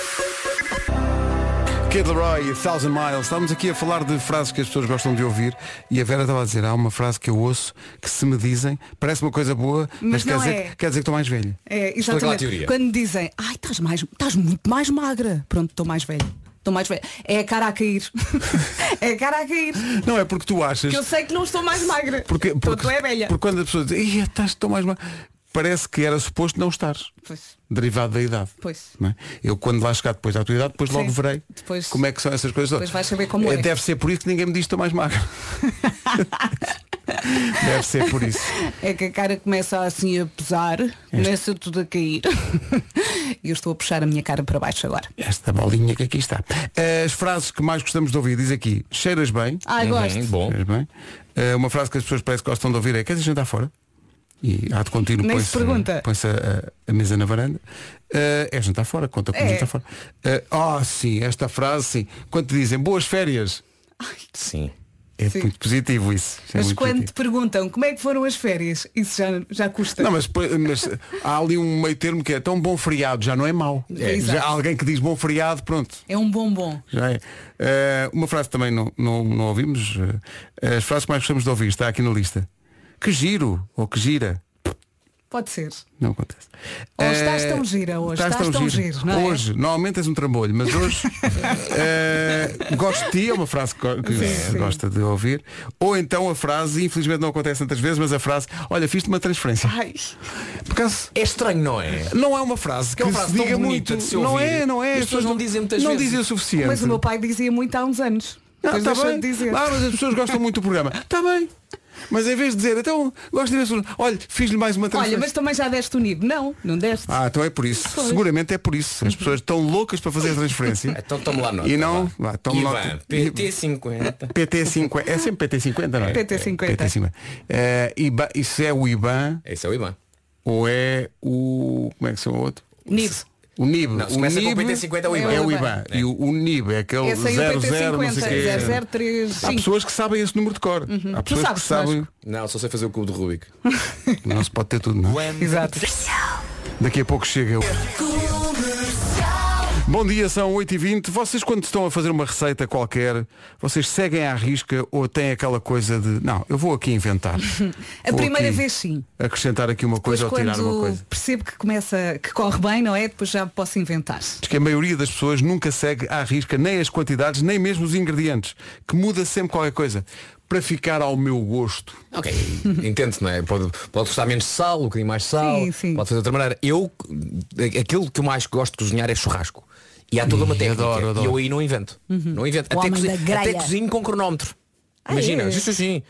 Speaker 1: Kid Leroy e Thousand Miles. Estamos aqui a falar de frases que as pessoas gostam de ouvir e a Vera estava a dizer, há uma frase que eu ouço que se me dizem, parece uma coisa boa, mas,
Speaker 4: Mas
Speaker 1: quer,
Speaker 4: não
Speaker 1: dizer,
Speaker 4: é.
Speaker 1: quer dizer que estou mais velho.
Speaker 4: É,
Speaker 2: Explica lá a
Speaker 4: exatamente.
Speaker 2: teoria.
Speaker 4: Quando dizem, ai, estás mais, estás muito mais magra. Pronto, estou mais velho. Estou mais velho. É a cara a cair. é a cara a cair.
Speaker 1: Não é porque tu achas.
Speaker 4: Que eu sei que não estou mais magra.
Speaker 1: Porque,
Speaker 4: Então
Speaker 1: porque,
Speaker 4: tu é velha.
Speaker 1: porque quando as pessoas dizem, "Ih, estás estou mais mal. Parece que era suposto não estar.
Speaker 4: Pois.
Speaker 1: Derivado da idade.
Speaker 4: Pois.
Speaker 1: Não é? Eu quando lá chegar depois da tua idade, depois logo
Speaker 4: Sim.
Speaker 1: verei
Speaker 4: Depois-
Speaker 1: como é que são essas coisas todas.
Speaker 4: depois vais saber como é.
Speaker 1: Deve ser por isso que ninguém me diz que estou mais magro. Deve ser por isso.
Speaker 4: É que a cara começa assim a pesar, começa tudo a cair. E eu estou a puxar a minha cara para baixo agora.
Speaker 1: Esta bolinha que aqui está. As frases que mais gostamos de ouvir, diz aqui, cheiras bem.
Speaker 4: Ai, Ah, gosto.
Speaker 2: Uhum, bom.
Speaker 1: Cheiras bem. Eh, Uma frase que as pessoas parece que gostam de ouvir é queres jantar fora? E há de contínuo
Speaker 4: Nem
Speaker 1: põe-se
Speaker 4: se pergunta.
Speaker 1: põe-se a, a- a mesa na varanda. Eh, é jantar fora, conta como
Speaker 4: É.
Speaker 1: jantar fora. Eh, oh sim, esta frase sim. Quando te dizem boas férias,
Speaker 2: Sim.
Speaker 1: é
Speaker 4: Sim.
Speaker 1: muito positivo isso. Isso é
Speaker 4: Mas
Speaker 1: muito
Speaker 4: quando te
Speaker 1: positivo.
Speaker 4: perguntam como é que foram as férias, isso já, já custa.
Speaker 1: Não, mas, depois- mas há ali um meio termo que é tão bom feriado, já não é mau.
Speaker 4: É.
Speaker 1: Já
Speaker 4: Exato.
Speaker 1: há alguém que diz bom feriado, pronto.
Speaker 4: É um bombom.
Speaker 1: Já é. Eh, uma frase também não, não, não ouvimos. eh, as frases que mais gostamos de ouvir está aqui na lista. Que giro ou que gira.
Speaker 4: Pode ser.
Speaker 1: Não acontece.
Speaker 4: Ou
Speaker 1: Eh,
Speaker 4: estás tão gira hoje, estás tão giro, não é?
Speaker 1: Hoje, normalmente és um trambolho, mas hoje eh, gosto de ti, é uma frase que, go- que se gosta de ouvir. Ou então a frase, infelizmente não acontece tantas vezes, mas a frase, olha, fiz-te uma transferência.
Speaker 4: Ai.
Speaker 1: Por acaso,
Speaker 2: É estranho, não é?
Speaker 1: não é uma frase que,
Speaker 2: é uma
Speaker 1: se
Speaker 2: frase tão
Speaker 1: diga
Speaker 2: bonita
Speaker 1: muito.
Speaker 2: de se
Speaker 1: não
Speaker 2: ouvir.
Speaker 1: é, não é.
Speaker 2: As pessoas não dizem muitas
Speaker 1: Não
Speaker 2: vezes.
Speaker 1: dizem o suficiente.
Speaker 4: Mas o meu pai dizia muito há uns anos.
Speaker 1: Não,
Speaker 4: Depois
Speaker 1: um tá
Speaker 4: deixou
Speaker 1: bem.
Speaker 4: de dizer.
Speaker 1: Ah, mas as pessoas gostam muito do programa. Está bem. Mas em vez de dizer, então, gosto de ver Olha, fiz-lhe mais uma
Speaker 4: Olha,
Speaker 1: transferência.
Speaker 4: mas também já deste o nível. Não, não deste.
Speaker 1: Ah, então é por isso.
Speaker 4: Pois.
Speaker 1: Seguramente é por isso. As pessoas estão loucas para fazer a transferência.
Speaker 2: Então toma lá nota.
Speaker 1: e não.
Speaker 2: vá.
Speaker 1: Vá, toma
Speaker 2: Ivan,
Speaker 1: nota.
Speaker 2: PT50.
Speaker 1: PT50. É sempre PT50, não é?
Speaker 4: PT50.
Speaker 1: PT50. Eh, IBAN, isso é o IBAN
Speaker 2: Esse é o Ivan.
Speaker 1: ou é o. Como é que se chama o outro?
Speaker 4: Nido.
Speaker 1: O NIB.
Speaker 2: Não, se
Speaker 1: o
Speaker 2: começa com
Speaker 1: NIB
Speaker 2: PT50 é o IBAN.
Speaker 1: É o IBAN. E o, o NIB é aquele
Speaker 4: Esse aí o
Speaker 1: 00, não sei o quê.
Speaker 4: PT50,
Speaker 1: Há
Speaker 4: 0035.
Speaker 1: pessoas que sabem esse número de cor. Há
Speaker 4: Tu
Speaker 1: pessoas
Speaker 4: sabes,
Speaker 1: que sabem.
Speaker 2: Não, só sei fazer o cubo de Rubik.
Speaker 1: Não se pode ter tudo, não. é?
Speaker 4: Exato.
Speaker 1: Daqui a pouco chega eu. Bom dia, são 8h20. Vocês quando estão a fazer uma receita qualquer, vocês seguem à risca ou têm aquela coisa de não, eu vou aqui inventar.
Speaker 4: A
Speaker 1: Vou
Speaker 4: primeira
Speaker 1: aqui
Speaker 4: vez sim.
Speaker 1: Acrescentar aqui uma
Speaker 4: Depois
Speaker 1: coisa ou tirar uma
Speaker 4: quando
Speaker 1: coisa.
Speaker 4: percebo que começa, que corre bem, não é? Depois já posso inventar.
Speaker 1: Diz que a maioria das pessoas nunca segue à risca nem as quantidades, nem mesmo os ingredientes, que muda sempre qualquer coisa. Para ficar ao meu gosto.
Speaker 2: Ok. Entende-se, não é? Pode, pode custar menos sal, um bocadinho mais sal.
Speaker 4: Sim, sim.
Speaker 2: Pode fazer de outra maneira. Eu, aquilo que eu mais gosto de cozinhar é churrasco. E há toda uma técnica.
Speaker 1: adoro, adoro. Uhum.
Speaker 2: E eu aí não invento. Não invento.
Speaker 4: O
Speaker 2: Até,
Speaker 4: homem da
Speaker 2: cozinho,
Speaker 4: grelha.
Speaker 2: até cozinho com cronómetro.
Speaker 4: é?
Speaker 2: Imagina, isto assim.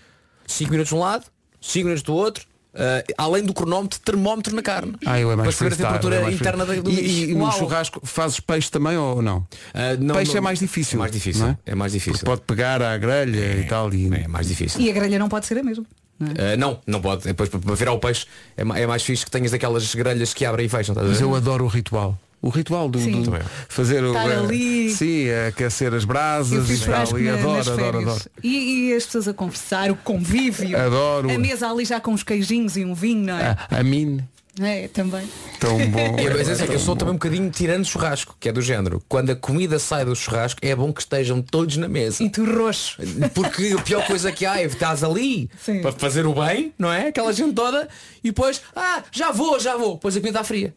Speaker 2: 5 minutos de um lado, 5 minutos do outro. ah, além do cronómetro, termómetro na carne.
Speaker 1: Ah, eu é mais
Speaker 2: Para saber a
Speaker 1: freestyle,
Speaker 2: temperatura
Speaker 1: é mais
Speaker 2: interna da,
Speaker 1: freestyle.
Speaker 2: do
Speaker 1: E, e
Speaker 2: bicho.
Speaker 1: no
Speaker 2: Uau.
Speaker 1: churrasco fazes peixe também ou não?
Speaker 2: Ah, não,
Speaker 1: peixe
Speaker 2: não-
Speaker 1: é mais difícil.
Speaker 2: É mais difícil.
Speaker 1: não é?
Speaker 2: É mais difícil.
Speaker 1: Porque pode pegar à grelha e tal. E...
Speaker 2: É mais difícil.
Speaker 4: E a grelha não pode ser a mesma. não é?
Speaker 2: Ah, não, não pode. Depois para- para virar o peixe é, ma- é mais fixe que tenhas daquelas grelhas que abrem e fecham. estás a ver?
Speaker 1: Mas eu adoro o ritual. O ritual do,
Speaker 4: Sim.
Speaker 1: do-
Speaker 4: Também.
Speaker 1: fazer o
Speaker 4: Estar
Speaker 1: eh,
Speaker 4: ali.
Speaker 1: Sim, eh, aquecer as
Speaker 4: Eu
Speaker 1: brasas
Speaker 4: fiz
Speaker 1: e tal.
Speaker 4: churrasco
Speaker 1: E
Speaker 4: na-
Speaker 1: é adoro,
Speaker 4: nas
Speaker 1: adoro,
Speaker 4: férias.
Speaker 1: adoro.
Speaker 4: E, e as pessoas a conversar, o convívio.
Speaker 1: Adoro. Ah.
Speaker 4: A mesa ali já com uns queijinhos e um vinho, não é?
Speaker 1: A, a mim,
Speaker 4: É, também.
Speaker 1: tão bom.
Speaker 2: Eu, mas é assim, eu sou também um bocadinho tirando churrasco, que é do género. Quando a comida sai do churrasco, é bom que estejam todos na mesa.
Speaker 4: E tu roxo.
Speaker 2: Porque a pior coisa que há é estás ali
Speaker 4: Sim.
Speaker 2: para fazer o bem, não é? Aquela gente toda e depois, ah, já vou, já vou. Pois a comida está fria.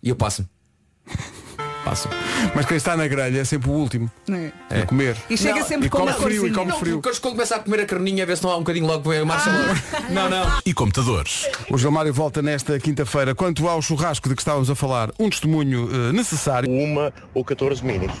Speaker 2: E eu passo-me. Passam.
Speaker 1: Mas quem está na grelha é sempre o último
Speaker 4: não é?
Speaker 1: a comer.
Speaker 4: E chega
Speaker 2: Não, assim,
Speaker 4: sempre
Speaker 1: e
Speaker 4: com
Speaker 1: come
Speaker 4: uma
Speaker 1: frio, e
Speaker 4: corzinha.
Speaker 1: come
Speaker 2: Não,
Speaker 1: frio.
Speaker 2: porque quando começa a comer a carninha, a ver se não há um bocadinho logo a marcha
Speaker 1: Ah.
Speaker 2: logo. Não, não.
Speaker 6: e computadores.
Speaker 1: O Gilmário volta nesta quinta-feira. Quanto ao churrasco de que estávamos a falar, um testemunho eh, necessário.
Speaker 7: Uma ou 14 mínimos.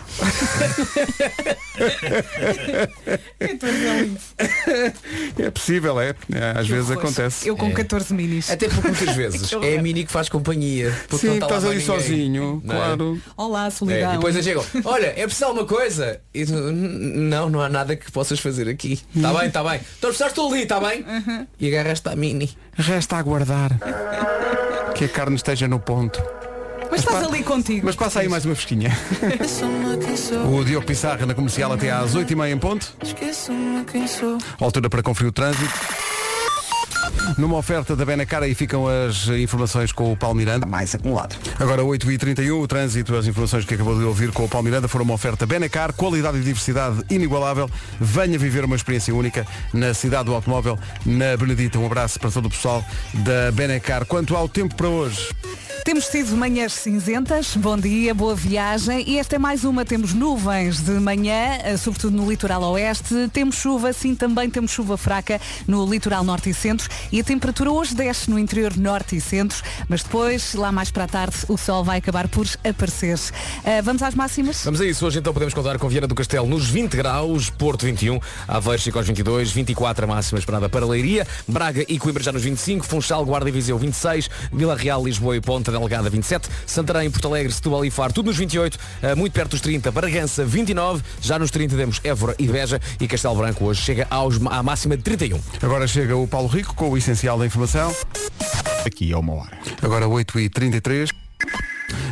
Speaker 1: É possível, é. É, Às vezes
Speaker 4: Pois,
Speaker 1: acontece. É.
Speaker 4: Eu com 14 minis.
Speaker 2: Até porque muitas vezes é a Mini que faz companhia.
Speaker 1: Sim,
Speaker 2: porque não está lá
Speaker 1: estás
Speaker 2: mais
Speaker 1: ali
Speaker 2: ninguém.
Speaker 1: sozinho,
Speaker 2: Não é?
Speaker 1: claro.
Speaker 4: Olá,
Speaker 2: É,
Speaker 4: solidão.
Speaker 2: e depois eles chegam, olha, é preciso alguma coisa. E tu, "N- não, não há nada que possas fazer aqui. Está bem, está bem. Então precisaste ali, está bem?
Speaker 1: Uhum.
Speaker 2: E agarraste a mini.
Speaker 1: Resta aguardar que a carne esteja no ponto.
Speaker 4: Mas estás ali contigo.
Speaker 1: Mas passa aí mais uma fresquinha. O Diogo Pissarra na comercial até às 8h30 em ponto. Altura para conferir o trânsito. Numa oferta da Benacar aí ficam as informações com o Paulo Miranda.
Speaker 3: Mais acumulado.
Speaker 1: Agora 8h31, o trânsito, as informações que acabou de ouvir com o Paulo Miranda foram uma oferta Benacar, qualidade e diversidade inigualável. Venha viver uma experiência única na cidade do automóvel, na Benedita. Um abraço para todo o pessoal da Benacar. Quanto ao tempo para hoje,
Speaker 4: Temos tido manhãs cinzentas, bom dia, boa viagem e esta é mais uma, temos nuvens de manhã, eh, sobretudo no litoral oeste, temos chuva, sim, também temos chuva fraca no litoral norte e centro e a temperatura hoje desce no interior norte e centro, mas depois, lá mais para a tarde, o sol vai acabar por aparecer. Eh, vamos às máximas?
Speaker 2: Vamos a isso, hoje então podemos contar com Viana do Castelo nos 20 graus, Porto 21, Aveiro chega aos 22, 24 a máxima esperada para Leiria, Braga e Coimbra já nos 25, Funchal, Guarda e Viseu 26, Vila Real, Lisboa e Ponta Delgada 27, Santarém, Porto Alegre, Setúbal e Faro tudo nos 28, eh, muito perto dos 30, Bragança 29, já nos 30 temos Évora e Beja e Castelo Branco hoje chega aos, à máxima de 31.
Speaker 1: agora chega o Paulo Rico com o essencial da informação.
Speaker 6: Aqui é uma hora.
Speaker 1: Agora 8h33.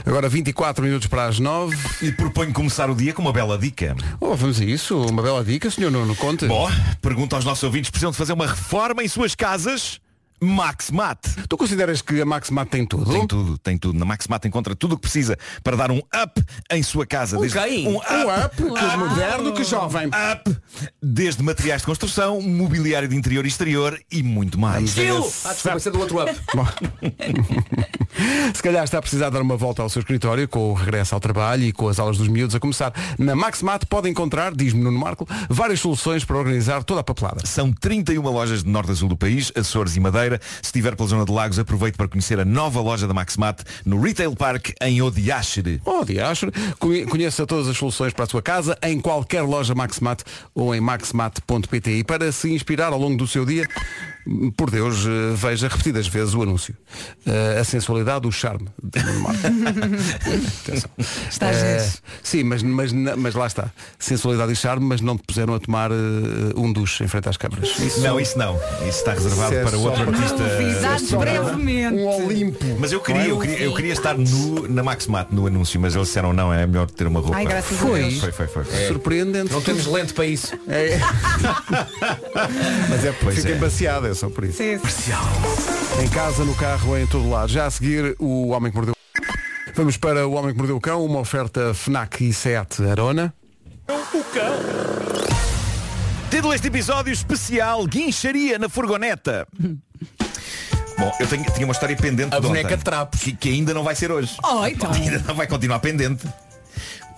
Speaker 1: Agora 24 minutos para as 9.
Speaker 6: E proponho começar o dia com uma bela dica.
Speaker 1: Oh, vamos a isso, uma bela dica, senhor Nuno, conte.
Speaker 6: Bom, pergunto aos nossos ouvintes, precisam de fazer uma reforma em suas casas? Max Mate.
Speaker 1: Tu consideras que a Maximat tem tudo?
Speaker 6: Tem tudo, tem tudo. Na Max Mate encontra tudo o que precisa para dar um up em sua casa.
Speaker 2: Um
Speaker 6: Desde-
Speaker 2: quem?
Speaker 1: Um
Speaker 6: Um up.
Speaker 1: up, ah. que moderno, que jovem.
Speaker 6: Up. Desde materiais de construção, mobiliário de interior e exterior e muito mais.
Speaker 2: Estilo! Ah, desculpa, isso é do outro up.
Speaker 1: Bom. Se calhar está a precisar dar uma volta ao seu escritório com o regresso ao trabalho e com as aulas dos miúdos a começar. Na Maximat pode encontrar, diz-me Nuno Marco, várias soluções para organizar toda a papelada.
Speaker 6: São 31 lojas de norte a sul do país, Açores e Madeira. Se estiver pela zona de Lagos, aproveite para conhecer a nova loja da Maxmat no Retail Park em Odiáchere.
Speaker 1: Oh, diacho. Conhe- Conheça todas as soluções para a sua casa em qualquer loja Maxmat ou em maxmat.pt. E para se inspirar ao longo do seu dia, por Deus, eh, veja repetidas vezes o anúncio. Eh, a sensualidade, o charme. de Nuno Marco. Atenção.
Speaker 4: Está
Speaker 1: Eh,
Speaker 4: giro.
Speaker 1: Sim, mas, mas, na- mas lá está. Sensualidade e charme, mas não te puseram a tomar eh, um duche em frente às câmaras. Isso
Speaker 6: Não, isso não. Isso está reservado
Speaker 1: Isso é
Speaker 6: para
Speaker 1: só
Speaker 6: outro
Speaker 1: para- Um
Speaker 6: artista.
Speaker 4: Novidades brevemente.
Speaker 1: Olimpo.
Speaker 6: Mas eu queria, eu queria, eu queria estar nu na Maxmat no anúncio, mas eles disseram não, é melhor ter uma roupa.
Speaker 4: Ai, graças a
Speaker 6: foi.
Speaker 4: Deus.
Speaker 6: Foi, foi, foi.
Speaker 1: É.
Speaker 6: foi.
Speaker 1: Surpreendente.
Speaker 2: É.
Speaker 1: É.
Speaker 2: Não temos lente para isso.
Speaker 1: Mas é porque
Speaker 6: Pois
Speaker 1: fica
Speaker 6: é.
Speaker 1: embaciada, é só por isso.
Speaker 4: Sim, sim.
Speaker 1: Em casa, no carro, em todo lado. Já a seguir, o Homem que Mordeu. Vamos para o Homem que Mordeu o Cão, uma oferta FNAC e 7 Arona.
Speaker 6: Título deste episódio especial Guincharia na Furgoneta. Bom, eu tenho, tinha uma história pendente
Speaker 2: A
Speaker 6: de
Speaker 2: boneca
Speaker 6: ontem,
Speaker 2: de trapos.
Speaker 6: Que, que ainda não vai ser hoje.
Speaker 4: Oh, então.
Speaker 6: Ainda não vai continuar pendente.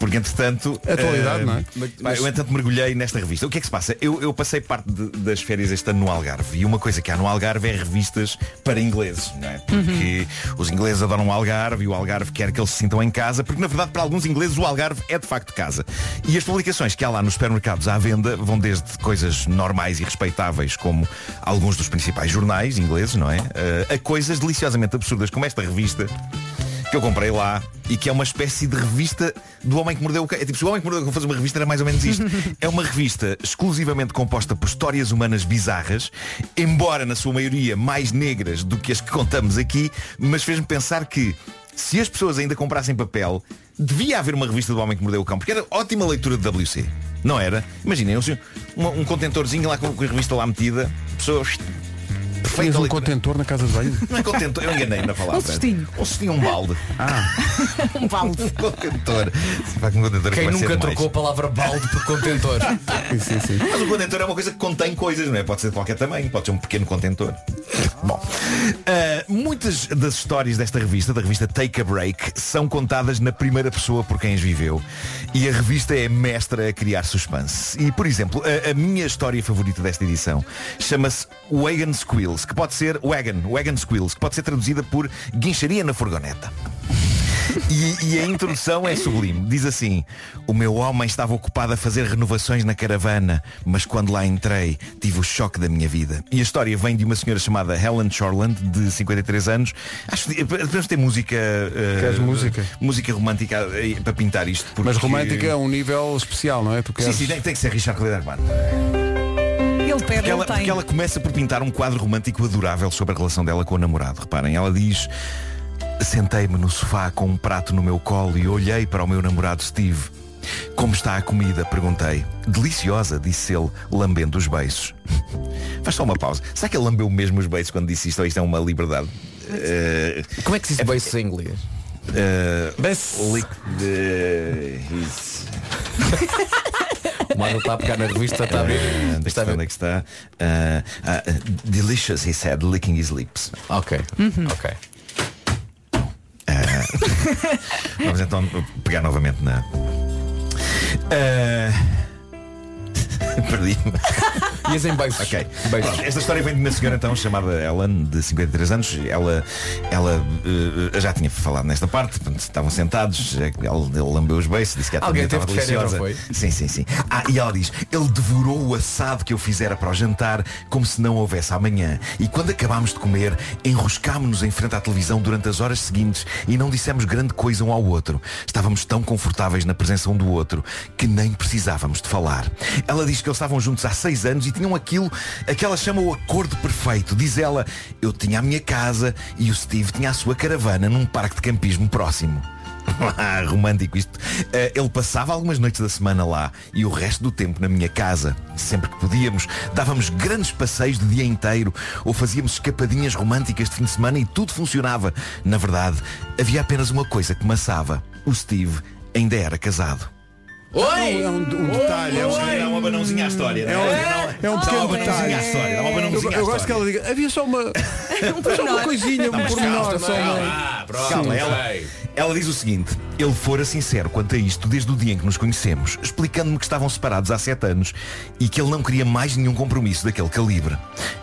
Speaker 6: Porque entretanto.
Speaker 1: Atualidade,
Speaker 6: eh,
Speaker 1: não é?
Speaker 6: pá, Eu entretanto mergulhei nesta revista. O que é que se passa? Eu, eu passei parte de- das férias este ano no Algarve e uma coisa que há no Algarve é revistas para ingleses, não é? Porque
Speaker 1: Uhum.
Speaker 6: os ingleses adoram o Algarve e o Algarve quer que eles se sintam em casa, porque na verdade para alguns ingleses o Algarve é de facto casa. E as publicações que há lá nos supermercados à venda vão desde coisas normais e respeitáveis, como alguns dos principais jornais ingleses, não é? Eh, a coisas deliciosamente absurdas, como esta revista que eu comprei lá e que é uma espécie de revista do Homem que Mordeu o Cão. É tipo, se o Homem que Mordeu o Cão fosse uma revista, era mais ou menos isto. é uma revista exclusivamente composta por histórias humanas bizarras, embora na sua maioria mais negras do que as que contamos aqui, mas fez-me pensar que se as pessoas ainda comprassem papel, devia haver uma revista do Homem que Mordeu o Cão, porque era ótima leitura de WC. Não era? Imaginem, um, senhor- um, um contentorzinho lá com, com a revista lá metida, pessoas...
Speaker 1: Tens
Speaker 6: Perfeita
Speaker 1: um
Speaker 6: leitura.
Speaker 1: contentor na casa de banho.
Speaker 6: Não é contentor, eu enganei na palavra.
Speaker 4: Um cestinho.
Speaker 6: Um cestinho, um balde.
Speaker 4: Um balde.
Speaker 6: contentor. Se vai com um contentor
Speaker 2: Quem
Speaker 6: vai ser
Speaker 2: nunca
Speaker 6: demais.
Speaker 2: trocou a palavra balde por contentor?
Speaker 1: sim, sim, sim.
Speaker 6: Mas o contentor é uma coisa que contém coisas, não é? Pode ser de qualquer tamanho, pode ser um pequeno contentor. Bom, ah, muitas das histórias desta revista, da revista Take a Break, são contadas na primeira pessoa por quem as viveu. E a revista é mestra a criar suspense. E, por exemplo, a, a minha história favorita desta edição chama-se Wagon Squeals, que pode ser Wagon, Wagon Squeals, que pode ser traduzida por Guincharia na Furgoneta. E, e a introdução é sublime. Diz assim, o meu homem estava ocupado a fazer renovações na caravana, mas quando lá entrei, tive o choque da minha vida. E a história vem de uma senhora chamada Helen Shorland, de 53 anos. Acho que devemos ter música. eh,
Speaker 1: Queres música?
Speaker 6: Música romântica eh, para pintar isto.
Speaker 1: Mas
Speaker 6: porque-
Speaker 1: romântica é um nível especial, não é? Tu
Speaker 6: Sim,
Speaker 1: queres...
Speaker 6: sim, tem, tem que ser Richard Clayderman.
Speaker 4: Ele pede,
Speaker 6: Porque ela,
Speaker 4: ele tem.
Speaker 6: porque ela começa por pintar um quadro romântico adorável sobre a relação dela com o namorado. Reparem, ela diz: Sentei-me no sofá com um prato no meu colo e olhei para o meu namorado Steve. Como está a comida? Perguntei. Deliciosa, disse ele, lambendo os beiços. Faz só uma pausa. Será que ele lambeu mesmo os beiços quando disse isto? Ou isto é uma liberdade? Eh,
Speaker 2: Como é que se diz beijo em inglês?
Speaker 6: eh,
Speaker 2: Beijo.
Speaker 6: lick the- his-
Speaker 2: O Marco está a pegar na revista, está a ver.
Speaker 6: Eh, onde é que
Speaker 2: Está a
Speaker 6: está?
Speaker 2: ver.
Speaker 6: Onde é que está? Eh, ah, eh, delicious, he said, licking his lips.
Speaker 2: Ok,
Speaker 1: Uhum.
Speaker 2: ok.
Speaker 6: Ah. Vamos então pegar novamente na. Ah, Perdi-me.
Speaker 2: E as em beijos?
Speaker 6: Ok.
Speaker 2: Beijos.
Speaker 6: Pronto, Esta história vem de uma senhora então chamada Ellen, de 53 anos. Ela, ela eh, já tinha falado nesta parte, portanto, estavam sentados, eh, ele, ele lambeu os beiços, disse que a
Speaker 2: Alguém
Speaker 6: comida estava
Speaker 2: teve de férias,
Speaker 6: deliciosa.
Speaker 2: não foi?
Speaker 6: Sim, sim, sim. Ah, e ela diz, ele devorou o assado que eu fizera para o jantar como se não houvesse amanhã. E quando acabámos de comer, enroscámos-nos em frente à televisão durante as horas seguintes e não dissemos grande coisa um ao outro. Estávamos tão confortáveis na presença um do outro que nem precisávamos de falar. Ela diz que eles estavam juntos há seis anos e tinham aquilo, aquela chama o acordo perfeito. Diz ela, eu tinha a minha casa e o Steve tinha a sua caravana num parque de campismo próximo. Ah, romântico isto. Eh, ele passava algumas noites da semana lá e o resto do tempo na minha casa. Sempre que podíamos, dávamos grandes passeios de dia inteiro ou fazíamos escapadinhas românticas de fim de semana e tudo funcionava. Na verdade, havia apenas uma coisa que maçava. O Steve ainda era casado.
Speaker 1: É um, um detalhe. é um-
Speaker 6: Dá uma banãozinha à história.
Speaker 1: É um, é um pequeno detalhe.
Speaker 6: história. Dá uma
Speaker 1: Eu, eu gosto que ela diga, havia só uma, só uma coisinha, um pormenor. Só uma...
Speaker 6: Calma, ela, ela diz o seguinte Ele fora sincero quanto a isto desde o dia em que nos conhecemos Explicando-me que estavam separados há sete anos E que ele não queria mais nenhum compromisso daquele calibre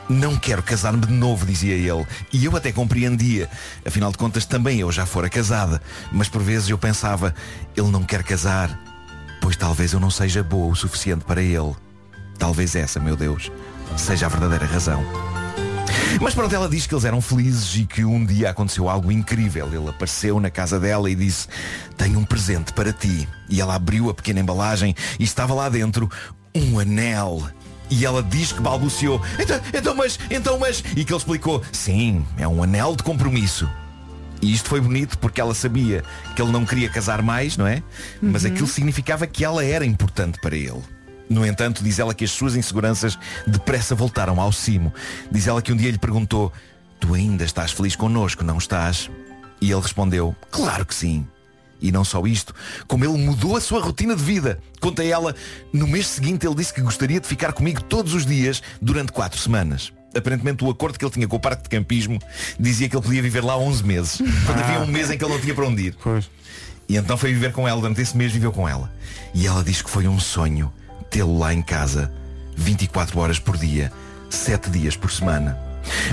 Speaker 6: Não quero casar-me de novo, dizia ele E eu até compreendia Afinal de contas, também eu já fora casada Mas por vezes eu pensava Ele não quer casar Pois talvez eu não seja boa o suficiente para ele Talvez essa, meu Deus Seja a verdadeira razão mas pronto, ela diz que eles eram felizes e que um dia aconteceu algo incrível. Ele apareceu na casa dela e disse, tenho um presente para ti. E ela abriu a pequena embalagem e estava lá dentro um anel. E ela diz que balbuciou, então, então mas, então mas. E que ele explicou, sim, é um anel de compromisso. E isto foi bonito porque ela sabia que ele não queria casar mais, não é? Mas aquilo significava que ela era importante para ele. No entanto, diz ela que as suas inseguranças depressa voltaram ao cimo. Diz ela que um dia lhe perguntou: Tu ainda estás feliz connosco, não estás? E ele respondeu: Claro que sim. E não só isto, como ele mudou a sua rotina de vida. Conta ela, no mês seguinte ele disse que gostaria de ficar comigo todos os dias durante quatro semanas. Aparentemente o acordo que ele tinha com o parque de campismo dizia que ele podia viver lá 11 meses. Portanto havia um mês em que ele não tinha para onde ir.
Speaker 1: Pois.
Speaker 6: E então foi viver com ela, durante esse mês viveu com ela. E ela diz que foi um sonho tê-lo lá em casa, 24 horas por dia, 7 dias por semana.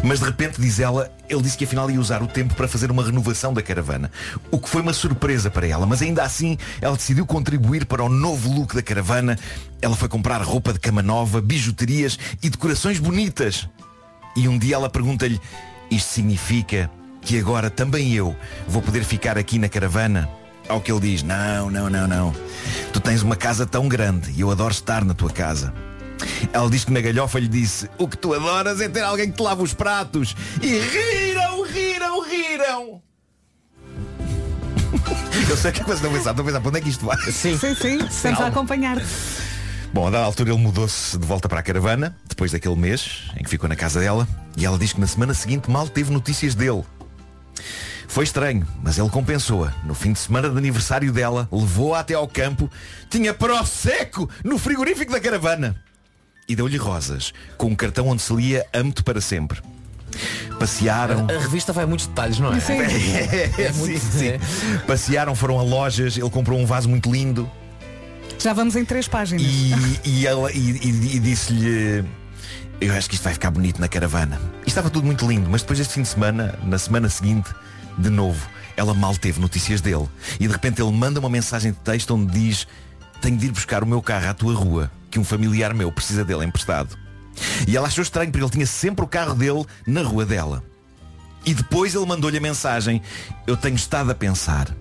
Speaker 6: Mas de repente, diz ela, ele disse que afinal ia usar o tempo para fazer uma renovação da caravana. O que foi uma surpresa para ela, mas ainda assim ela decidiu contribuir para o novo look da caravana. Ela foi comprar roupa de cama nova, bijuterias e decorações bonitas. E um dia ela pergunta-lhe, isto significa que agora também eu vou poder ficar aqui na caravana? Ao que ele diz, não, não, não, não. Tu tens uma casa tão grande e eu adoro estar na tua casa. Ela diz que na galhofa lhe disse, o que tu adoras é ter alguém que te lava os pratos. E riram, riram, riram. Eu sei o que é que vocês estão a pensar, estão a pensar, para onde é que isto vai?
Speaker 4: Sim, sim, estamos a acompanhar. -te.
Speaker 6: Bom, a dada altura ele mudou-se de volta para a caravana, depois daquele mês em que ficou na casa dela, e ela diz que na semana seguinte mal teve notícias dele. Foi estranho, mas ele compensou-a. No fim de semana de aniversário dela, levou-a até ao campo, tinha prosecco no frigorífico da caravana e deu-lhe rosas, com um cartão onde se lia Amo-te para sempre. passearam.
Speaker 2: A revista vai a muitos detalhes, não é?
Speaker 4: Sim.
Speaker 6: É, sim,
Speaker 2: muito-
Speaker 6: sim. Passearam, foram a lojas, ele comprou um vaso muito lindo
Speaker 4: Já vamos em três páginas.
Speaker 6: e, e ela- e- e- e disse-lhe eu acho que isto vai ficar bonito na caravana. E estava tudo muito lindo, mas depois deste fim de semana, na semana seguinte, de novo, ela mal teve notícias dele. E de repente ele manda uma mensagem de texto onde diz tenho de ir buscar o meu carro à tua rua, que um familiar meu precisa dele emprestado. E ela achou estranho porque ele tinha sempre o carro dele na rua dela. E depois ele mandou-lhe a mensagem Eu tenho estado a pensar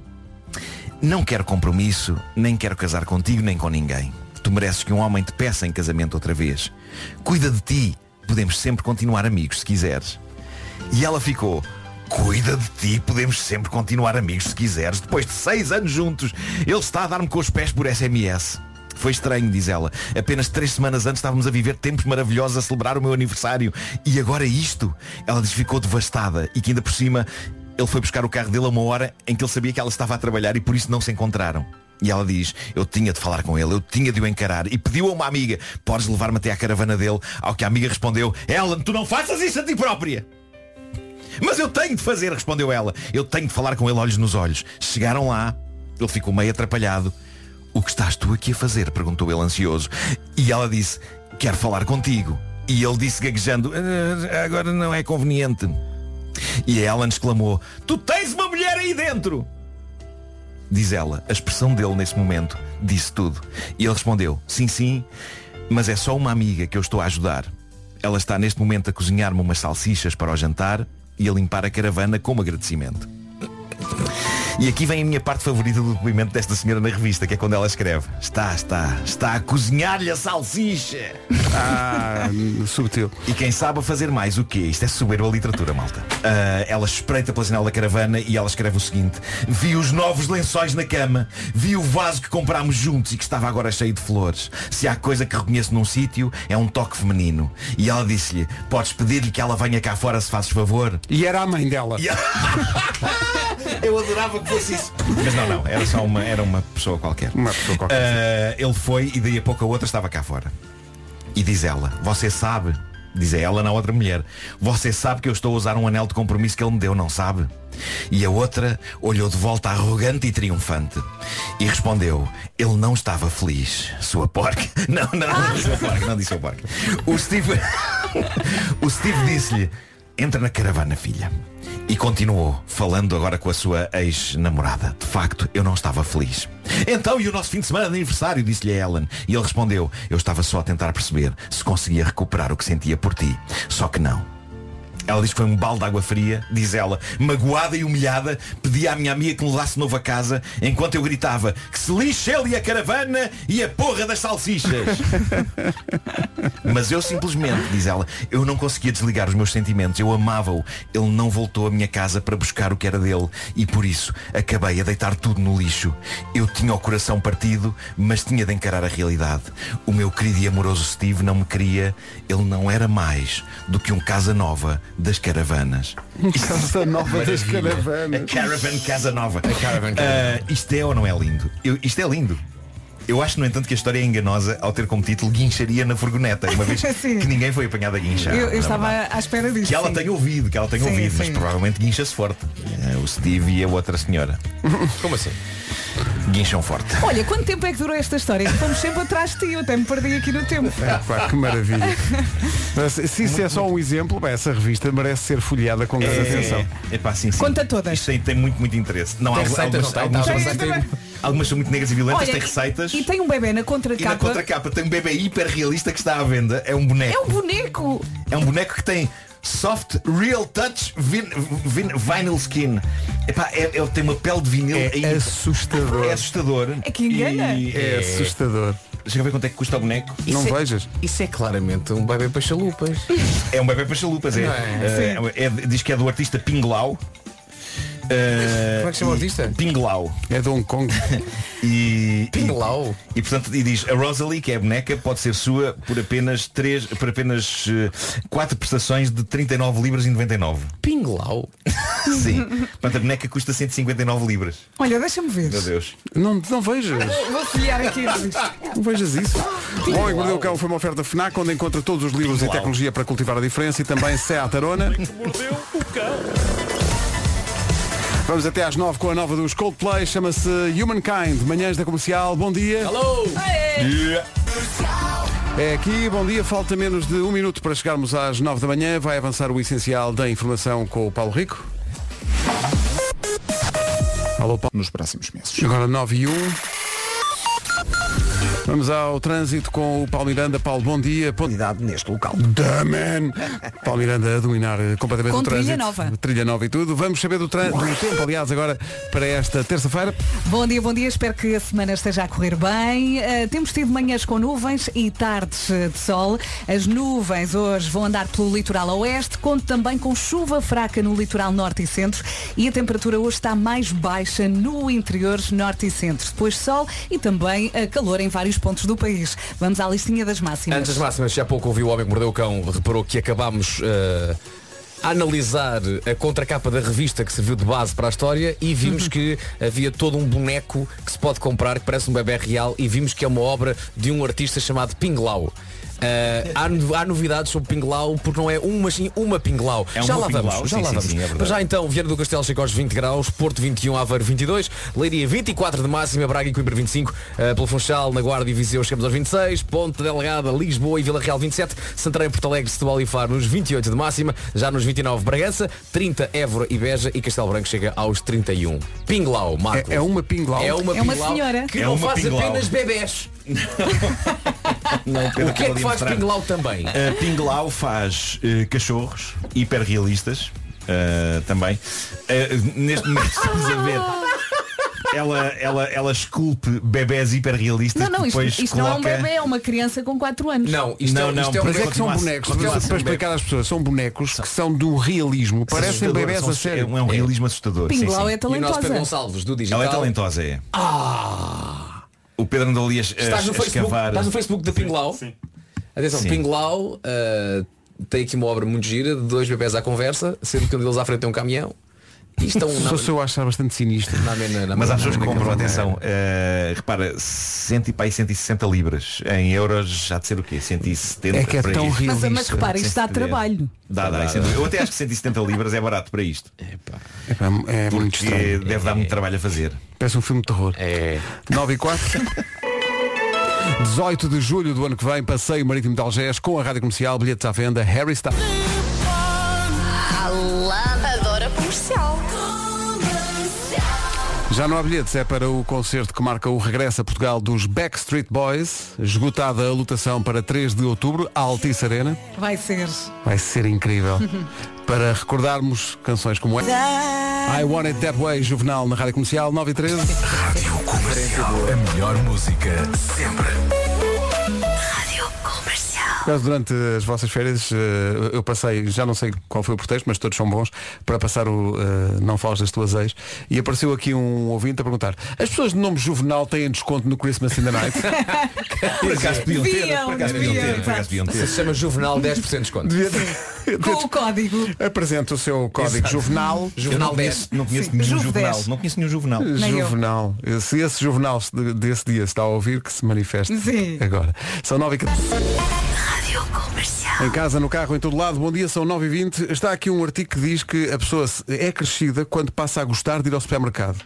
Speaker 6: Não quero compromisso Nem quero casar contigo nem com ninguém Tu mereces que um homem te peça em casamento outra vez Cuida de ti Podemos sempre continuar amigos se quiseres E ela ficou Cuida de ti, podemos sempre continuar amigos se quiseres Depois de seis anos juntos Ele está a dar-me com os pés por SMS foi estranho, diz ela. Apenas três semanas antes estávamos a viver tempos maravilhosos a celebrar o meu aniversário. E agora isto? Ela diz que ficou devastada e que ainda por cima ele foi buscar o carro dele a uma hora em que ele sabia que ela estava a trabalhar e por isso não se encontraram. E ela diz, eu tinha de falar com ele, eu tinha de o encarar. E pediu a uma amiga, podes levar-me até à caravana dele? Ao que a amiga respondeu, Ellen, tu não faças isso a ti própria! Mas eu tenho de fazer, respondeu ela. Eu tenho de falar com ele olhos nos olhos. Chegaram lá, ele ficou meio atrapalhado. O que estás tu aqui a fazer? perguntou ele ansioso. E ela disse, quero falar contigo. E ele disse gaguejando, "Ah, agora não é conveniente. E a Ellen exclamou, tu tens uma mulher aí dentro! Diz ela, a expressão dele nesse momento disse tudo. E ele respondeu, sim, sim, mas é só uma amiga que eu estou a ajudar. Ela está neste momento a cozinhar-me umas salsichas para o jantar e a limpar a caravana como agradecimento. E aqui vem a minha parte favorita do depoimento desta senhora na revista, que é quando ela escreve. Está, está, está a cozinhar-lhe a salsicha.
Speaker 1: Ah, subtil.
Speaker 6: E quem sabe a fazer mais o quê? Isto é subir a literatura, malta. Ah, ela espreita pela janela da caravana e ela escreve o seguinte. Vi os novos lençóis na cama. Vi o vaso que comprámos juntos e que estava agora cheio de flores. Se há coisa que reconheço num sítio, é um toque feminino. E ela disse-lhe, podes pedir-lhe que ela venha cá fora se fazes favor?
Speaker 1: E era a mãe dela.
Speaker 6: E- Eu adorava que fosse isso. Mas não, não, era só uma, era uma pessoa qualquer.
Speaker 1: Uma pessoa qualquer.
Speaker 6: Ah, ele foi e daí a pouco a outra estava cá fora. E diz ela, você sabe, diz a ela na outra mulher, você sabe que eu estou a usar um anel de compromisso que ele me deu, não sabe? E a outra olhou de volta arrogante e triunfante e respondeu, ele não estava feliz, sua porca. Não, não, não disse sua porca, não disse sua porca. O Steve, o Steve disse-lhe, entra na caravana, filha. E continuou, falando agora com a sua ex-namorada. De facto, eu não estava feliz. Então, e o nosso fim de semana de aniversário? Disse-lhe a Ellen. E ele respondeu, eu estava só a tentar perceber se conseguia recuperar o que sentia por ti. Só que não. Ela diz que foi um balde de água fria, diz ela, magoada e humilhada, pedi à minha amiga que me levasse de novo a casa, enquanto eu gritava que se lixe ele e a caravana e a porra das salsichas. Mas eu simplesmente, diz ela, eu não conseguia desligar os meus sentimentos, eu amava-o. Ele não voltou à minha casa para buscar o que era dele e por isso acabei a deitar tudo no lixo. Eu tinha o coração partido, mas tinha de encarar a realidade. O meu querido e amoroso Steve não me queria, ele não era mais do que um casa nova das caravanas.
Speaker 1: Casa
Speaker 4: é
Speaker 1: nova das
Speaker 6: é A
Speaker 1: caravanas.
Speaker 6: Caravan Casa Nova.
Speaker 2: Caravan Casa
Speaker 6: Ah, isto é ou não é lindo? Eu- isto é lindo. Eu acho, no entanto, que a história é enganosa ao ter como título Guincharia na Furgoneta, uma vez
Speaker 4: Sim.
Speaker 6: que ninguém foi apanhado a guinchar.
Speaker 4: eu, eu
Speaker 6: na
Speaker 4: estava
Speaker 6: verdade.
Speaker 4: à espera disso.
Speaker 6: Que ela
Speaker 4: sim.
Speaker 6: tenha ouvido, que ela tenha
Speaker 4: Sim,
Speaker 6: ouvido, mas
Speaker 4: sim.
Speaker 6: provavelmente guincha-se forte. Eh, o Steve e a outra senhora.
Speaker 2: Como assim?
Speaker 6: Guincham forte.
Speaker 4: Olha, quanto tempo é que durou esta história? Estamos sempre atrás de ti, eu até me perdi aqui no tempo.
Speaker 1: Pá, É, que maravilha. Mas Se isso é só um exemplo, bem, essa revista merece ser folheada com grande atenção.
Speaker 6: É, epá, sim, sim.
Speaker 4: Conta todas.
Speaker 6: Isto tem, tem muito, muito interesse. Não, há
Speaker 2: Tem receitas, não tem?
Speaker 6: algumas, algumas,
Speaker 2: Tem,
Speaker 6: algumas,
Speaker 4: tem,
Speaker 6: algumas são muito negras e violentas,
Speaker 4: Olha,
Speaker 6: tem receitas.
Speaker 4: E tem um bebê na
Speaker 6: E na
Speaker 4: contracapa.
Speaker 6: contracapa tem um bebê hiper realista que está à venda. É um boneco.
Speaker 4: É um boneco.
Speaker 6: É um boneco que tem soft real touch vin- vin- vinyl skin. Epá, é, ele tem uma pele de vinil
Speaker 1: É
Speaker 6: ainda-
Speaker 1: assustador.
Speaker 6: é assustador.
Speaker 4: É que engana.
Speaker 6: E-
Speaker 1: É assustador.
Speaker 6: Deixa eu ver quanto é que custa o boneco.
Speaker 1: Não
Speaker 2: Isso é-
Speaker 1: vejas?
Speaker 2: Isso é claramente um bebê para chalupas.
Speaker 6: É um bebê para chalupas, é.
Speaker 2: Não é?
Speaker 6: Uh, é- diz que é do artista Eh, Pinglau. Uh,
Speaker 2: Como é que se chama o artista?
Speaker 6: Pinglau.
Speaker 1: É de Hong Kong.
Speaker 6: E,
Speaker 2: Pinglau?
Speaker 6: E, e, portanto e diz, a Rosalie, que é a boneca, pode ser sua por apenas 3, eh, por apenas 4 prestações de 39 libras e 99.
Speaker 2: Pinglau.
Speaker 6: Sim. Portanto, a boneca custa 159 libras.
Speaker 4: Olha, deixa-me ver.
Speaker 6: Meu Deus.
Speaker 1: Não, não vejas.
Speaker 4: Vou folhear aqui.
Speaker 1: Não vejas isso. O Homem que Mordeu o Cão foi uma oferta FNAC onde encontra todos os livros e
Speaker 6: Uau.
Speaker 1: tecnologia para cultivar a diferença e também Sé à Tarona. Vamos até às 9 com a nova dos Coldplay, chama-se Humankind, manhãs da comercial. Bom dia.
Speaker 2: Hello!
Speaker 1: É aqui, bom dia. Falta menos de um minuto para chegarmos às 9 da manhã. Vai avançar o essencial da informação com o Paulo Rico. Alô, Paulo.
Speaker 8: nos próximos meses.
Speaker 1: Agora 9 e 1. Vamos ao trânsito com o Paulo Miranda. Paulo, bom dia. Ponto
Speaker 3: Unidade neste local.
Speaker 1: da man. Paulo Miranda a dominar eh, completamente
Speaker 4: Com
Speaker 1: o trânsito.
Speaker 4: trilha nova.
Speaker 1: Trilha nova e tudo. Vamos saber do, trânsito, do tempo, aliás, agora para esta terça-feira.
Speaker 4: Bom dia, bom dia. Espero que a semana esteja a correr bem. Eh, temos tido manhãs com nuvens e tardes eh, de sol. As nuvens hoje vão andar pelo litoral oeste, conto também com chuva fraca no litoral norte e centro. E a temperatura hoje está mais baixa no interior norte e centro. Depois sol e também eh, calor em vários pontos do país. Vamos à listinha das máximas.
Speaker 2: Antes das máximas, já há pouco ouvi o Homem que Mordeu o Cão, reparou que acabámos eh, a analisar eh, a contracapa da revista que serviu de base para a história e vimos que havia todo um boneco que se pode comprar, que parece um bebê real, e vimos que é uma obra de um artista chamado Pinglau. Eh, há, no- há novidades sobre Pinglau porque não é uma, sim uma Pinglau.
Speaker 6: É
Speaker 2: já
Speaker 6: uma
Speaker 2: lá
Speaker 6: Pinglau,
Speaker 2: vamos, já
Speaker 6: sim,
Speaker 2: lá
Speaker 6: sim,
Speaker 2: vamos.
Speaker 6: sim, é verdade.
Speaker 2: Mas já então, Vieira do Castelo chega aos 20 graus, Porto 21, Aveiro 22, Leiria 24 de máxima, Braga e Coimbra 25, eh, pelo Funchal, na Guarda e Viseu chegamos aos 26, Ponte Delegada, Lisboa e Vila Real 27, Santarém, Porto Alegre, Setúbal e Faro nos 28 de máxima, já nos 29 Bragança, 30 Évora e Beja e Castelo Branco chega aos 31. Pinglau, Marco.
Speaker 1: É, é uma pinglau.
Speaker 2: É uma,
Speaker 4: É uma
Speaker 2: Pinglau
Speaker 4: senhora.
Speaker 2: que
Speaker 6: É
Speaker 2: não
Speaker 6: uma
Speaker 2: faz
Speaker 6: Pinglau.
Speaker 2: apenas bebés.
Speaker 6: Não,
Speaker 2: O que é que faz Pinglau também?
Speaker 6: A Pinglau faz eh, cachorros hiperrealistas eh, também. Eh, neste momento estamos a ver. Ela, ela, ela esculpe bebés hiperrealistas
Speaker 4: Não, não,
Speaker 6: que
Speaker 4: isto,
Speaker 6: depois
Speaker 4: isto
Speaker 6: coloca...
Speaker 4: não é um bebê, é uma criança com 4 anos.
Speaker 2: Não, isto
Speaker 6: Não,
Speaker 2: é,
Speaker 6: não,
Speaker 2: isto é um
Speaker 1: Mas é
Speaker 2: boneco
Speaker 1: que são
Speaker 6: Continuasse,
Speaker 1: bonecos,
Speaker 6: continuasse,
Speaker 1: para
Speaker 6: um bebé.
Speaker 1: explicar às pessoas, são bonecos que são do realismo, parecem
Speaker 6: Assustador,
Speaker 1: bebés
Speaker 6: são-
Speaker 1: a sério.
Speaker 6: É um realismo assustador. sim,
Speaker 4: Pinglau é
Speaker 6: sim.
Speaker 2: E o nosso Pedro
Speaker 4: talentosa.
Speaker 2: Gonçalves, do Digital.
Speaker 6: Ela é talentosa, é.
Speaker 4: Ah!
Speaker 6: O Pedro andou ali a, a-
Speaker 2: Estás no,
Speaker 6: a
Speaker 2: Facebook,
Speaker 6: escavar. eh,
Speaker 2: estás no Facebook da Pinglau? Atenção,
Speaker 6: Sim.
Speaker 2: Pinglau uh, tem aqui uma obra muito gira de dois bebés à conversa, sendo que um deles à frente tem um caminhão e estão na,
Speaker 1: Só se eu achar bastante sinistro.
Speaker 2: na, na, na-
Speaker 6: Mas há
Speaker 2: na-
Speaker 6: pessoas que
Speaker 2: na-
Speaker 6: compram,
Speaker 1: é.
Speaker 6: atenção, eh, repara, 100 e pá, 160 libras. Em euros já de ser o quê? 170
Speaker 1: É que é
Speaker 6: por aí.
Speaker 1: tão
Speaker 4: Mas,
Speaker 1: realista.
Speaker 4: mas repara, isto dá trabalho.
Speaker 6: Dá, dá, sem dúvida. Eu até acho que 170 libras é barato para isto.
Speaker 1: É, é muito
Speaker 6: Porque
Speaker 1: estranho.
Speaker 6: deve dar
Speaker 4: É.
Speaker 6: muito trabalho a fazer.
Speaker 1: Parece um filme de terror.
Speaker 2: É.
Speaker 1: 9 e 4. 18 de julho do ano que vem, passeio marítimo de Algés com a rádio comercial, bilhetes à venda, Harry Styles.
Speaker 5: Adora comercial.
Speaker 1: Já não há bilhetes, é para o concerto que marca o regresso a Portugal dos Backstreet Boys. Esgotada a lotação para 3 de outubro, à Altice Arena.
Speaker 4: Vai ser.
Speaker 1: Vai ser incrível. para recordarmos canções como esta. I Want It That Way, Juvenal, na Rádio Comercial, 9 e 13.
Speaker 8: A melhor música sempre.
Speaker 1: Por acaso, durante as vossas férias, eh, eu passei, já não sei qual foi o pretexto, mas todos são bons, para passar o eh, Não Falas das Tuas Ex, e apareceu aqui um ouvinte a perguntar as pessoas de nome juvenal têm desconto no Christmas in the Night?
Speaker 6: Por acaso podiam ter, por acaso podiam ter, por acaso podiam
Speaker 2: Se
Speaker 6: ter.
Speaker 2: chama Juvenal 10% de desconto.
Speaker 1: Devia-
Speaker 4: Com o código.
Speaker 1: Apresenta o seu código juvenal.
Speaker 2: Juvenal 10.
Speaker 6: Não conheço
Speaker 4: Sim.
Speaker 6: nenhum
Speaker 4: Juve
Speaker 6: juvenal.
Speaker 4: 10.
Speaker 6: Não conheço nenhum juvenal.
Speaker 1: Hum,
Speaker 4: Nem eu.
Speaker 1: Juvenal. Se esse juvenal se- desse dia se está a ouvir, que se manifeste
Speaker 4: Sim.
Speaker 1: agora. São 9 e 14. Em casa, no carro, em todo lado, bom dia, são 9 e 20 Está aqui um artigo que diz que a pessoa se- é crescida quando passa a gostar de ir ao supermercado.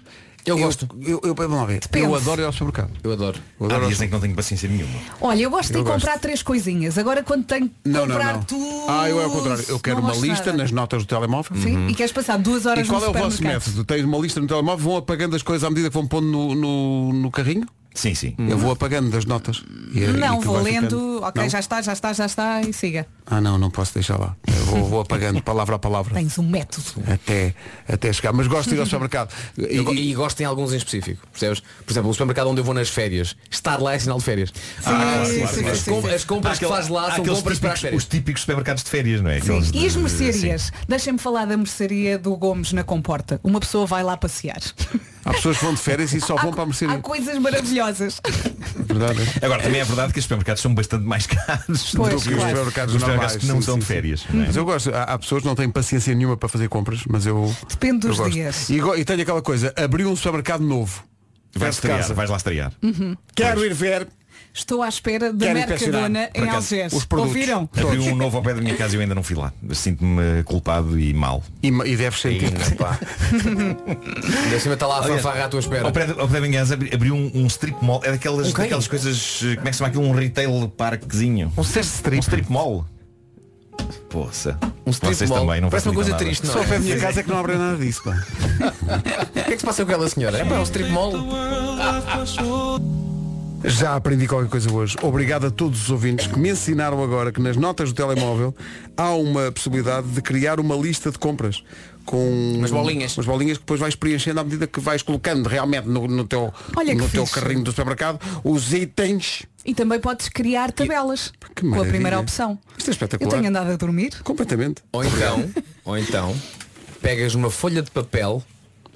Speaker 2: Eu gosto.
Speaker 1: Eu, eu, eu, vamos lá ver.
Speaker 4: Depende.
Speaker 1: Eu adoro ir ao supermercado.
Speaker 2: Eu adoro.
Speaker 1: Eu
Speaker 6: Há
Speaker 1: adoro
Speaker 6: dias em que não tenho paciência nenhuma.
Speaker 4: Olha, eu gosto de
Speaker 1: Eu
Speaker 4: ir
Speaker 1: gosto.
Speaker 4: comprar três coisinhas. Agora quando tenho que
Speaker 1: Não, não,
Speaker 4: comprar
Speaker 1: não.
Speaker 4: tudo.
Speaker 1: Ah, eu é o contrário. Eu quero
Speaker 4: não
Speaker 1: uma
Speaker 4: gosto
Speaker 1: lista
Speaker 4: nada.
Speaker 1: nas notas do telemóvel.
Speaker 4: Sim, e queres passar duas
Speaker 1: E
Speaker 4: horas
Speaker 1: qual
Speaker 4: no
Speaker 1: é o vosso
Speaker 4: supermercado.
Speaker 1: método? Tens uma lista no telemóvel, vão apagando as coisas à medida que vão pondo no, no, no carrinho?
Speaker 6: Sim, sim.
Speaker 1: Eu vou apagando das notas. E- é-
Speaker 4: Não,
Speaker 1: e tu
Speaker 4: vou
Speaker 1: vais
Speaker 4: lendo,
Speaker 1: ficando.
Speaker 4: ok,
Speaker 1: Não?
Speaker 4: já está, já está, já está e siga.
Speaker 1: Ah não, não posso deixar lá. Eu vou, vou apagando palavra a palavra.
Speaker 4: Tens um método.
Speaker 1: Até, até chegar. Mas gosto de ir ao supermercado. E-
Speaker 2: Eu go-
Speaker 1: e-
Speaker 2: e gosto em alguns em específico, percebes? Por exemplo, o supermercado onde eu vou nas férias, estar lá é sinal de férias. Ah,
Speaker 4: sim,
Speaker 2: As,
Speaker 4: sim,
Speaker 2: com-
Speaker 4: sim.
Speaker 2: as compras que faz lá são
Speaker 6: aqueles
Speaker 2: compras para as
Speaker 6: típicos, os
Speaker 2: férias.
Speaker 6: típicos supermercados de férias, não é? Aqueles
Speaker 4: E as
Speaker 6: de-
Speaker 4: mercearias? Deixem-me falar da mercearia do Gomes na Comporta. Uma pessoa vai lá passear.
Speaker 1: Há pessoas que vão de férias e só vão
Speaker 4: Há-
Speaker 1: para a
Speaker 4: Há
Speaker 1: mercearia.
Speaker 4: coisas maravilhosas.
Speaker 1: Verdade. é.
Speaker 6: Agora, também é verdade que os supermercados são bastante mais caros
Speaker 4: Pois,
Speaker 6: do que
Speaker 4: claro.
Speaker 6: os supermercados, algarves que não
Speaker 1: sim,
Speaker 6: são
Speaker 1: sim,
Speaker 6: de
Speaker 1: sim. Hum.
Speaker 6: férias. não é?
Speaker 1: Mas eu gosto, há, há pessoas que não têm paciência nenhuma para fazer compras, mas eu.
Speaker 4: Depende
Speaker 1: eu
Speaker 4: dos
Speaker 1: gosto.
Speaker 4: dias.
Speaker 1: E, go- e tenho aquela coisa, abriu um supermercado novo.
Speaker 6: Vais,
Speaker 1: perto de
Speaker 6: estrear,
Speaker 1: casa.
Speaker 6: vais lá estrear.
Speaker 4: Hum.
Speaker 1: Quero ir ver
Speaker 4: Estou à espera da
Speaker 1: Quero
Speaker 4: Mercadona
Speaker 1: impressionar, por
Speaker 4: em
Speaker 1: acaso,
Speaker 4: Algés.
Speaker 1: os produtos.
Speaker 4: Ouviram?
Speaker 6: Abriu um novo ao pé da minha casa e eu ainda não fui lá. Eu Sinto-me culpado e mal.
Speaker 1: e, ma- e tipo, deves sentir.
Speaker 6: Ainda, é, pá.
Speaker 2: Ainda assim está lá a fanfarra à tua espera.
Speaker 6: Ao pé, da- ao pé da minha casa abri- abriu um, um strip mall. É daquelas, daquelas coisas. eh, Como é que se chama aquilo? Um retail parquezinho.
Speaker 1: Um ser
Speaker 6: Um
Speaker 1: strip.
Speaker 6: strip mall. Poça.
Speaker 2: Um strip
Speaker 6: Vocês
Speaker 2: mall.
Speaker 6: também não
Speaker 2: Parece uma coisa triste,
Speaker 6: facilitam nada.
Speaker 2: não
Speaker 1: Só
Speaker 2: é?
Speaker 1: para a minha casa é que não abre nada disso. pá.
Speaker 2: O que é que se passa com aquela senhora? É para um strip mall.
Speaker 1: Já aprendi qualquer coisa hoje. Obrigado a todos os ouvintes que me ensinaram agora que nas notas do telemóvel há uma possibilidade de criar uma lista de compras com
Speaker 2: Umas bolinhas.
Speaker 1: umas bolinhas que depois vais preenchendo à medida que vais colocando realmente no, no teu,
Speaker 4: Olha que
Speaker 1: no teu
Speaker 4: fixe.
Speaker 1: carrinho do supermercado os itens.
Speaker 4: E também podes criar tabelas
Speaker 1: Que
Speaker 4: com a
Speaker 1: maravilha.
Speaker 4: primeira opção.
Speaker 1: Isto é
Speaker 4: Eu
Speaker 1: espetacular.
Speaker 4: tenho andado a dormir
Speaker 1: Completamente.
Speaker 2: Ou então, ou então, pegas uma folha de papel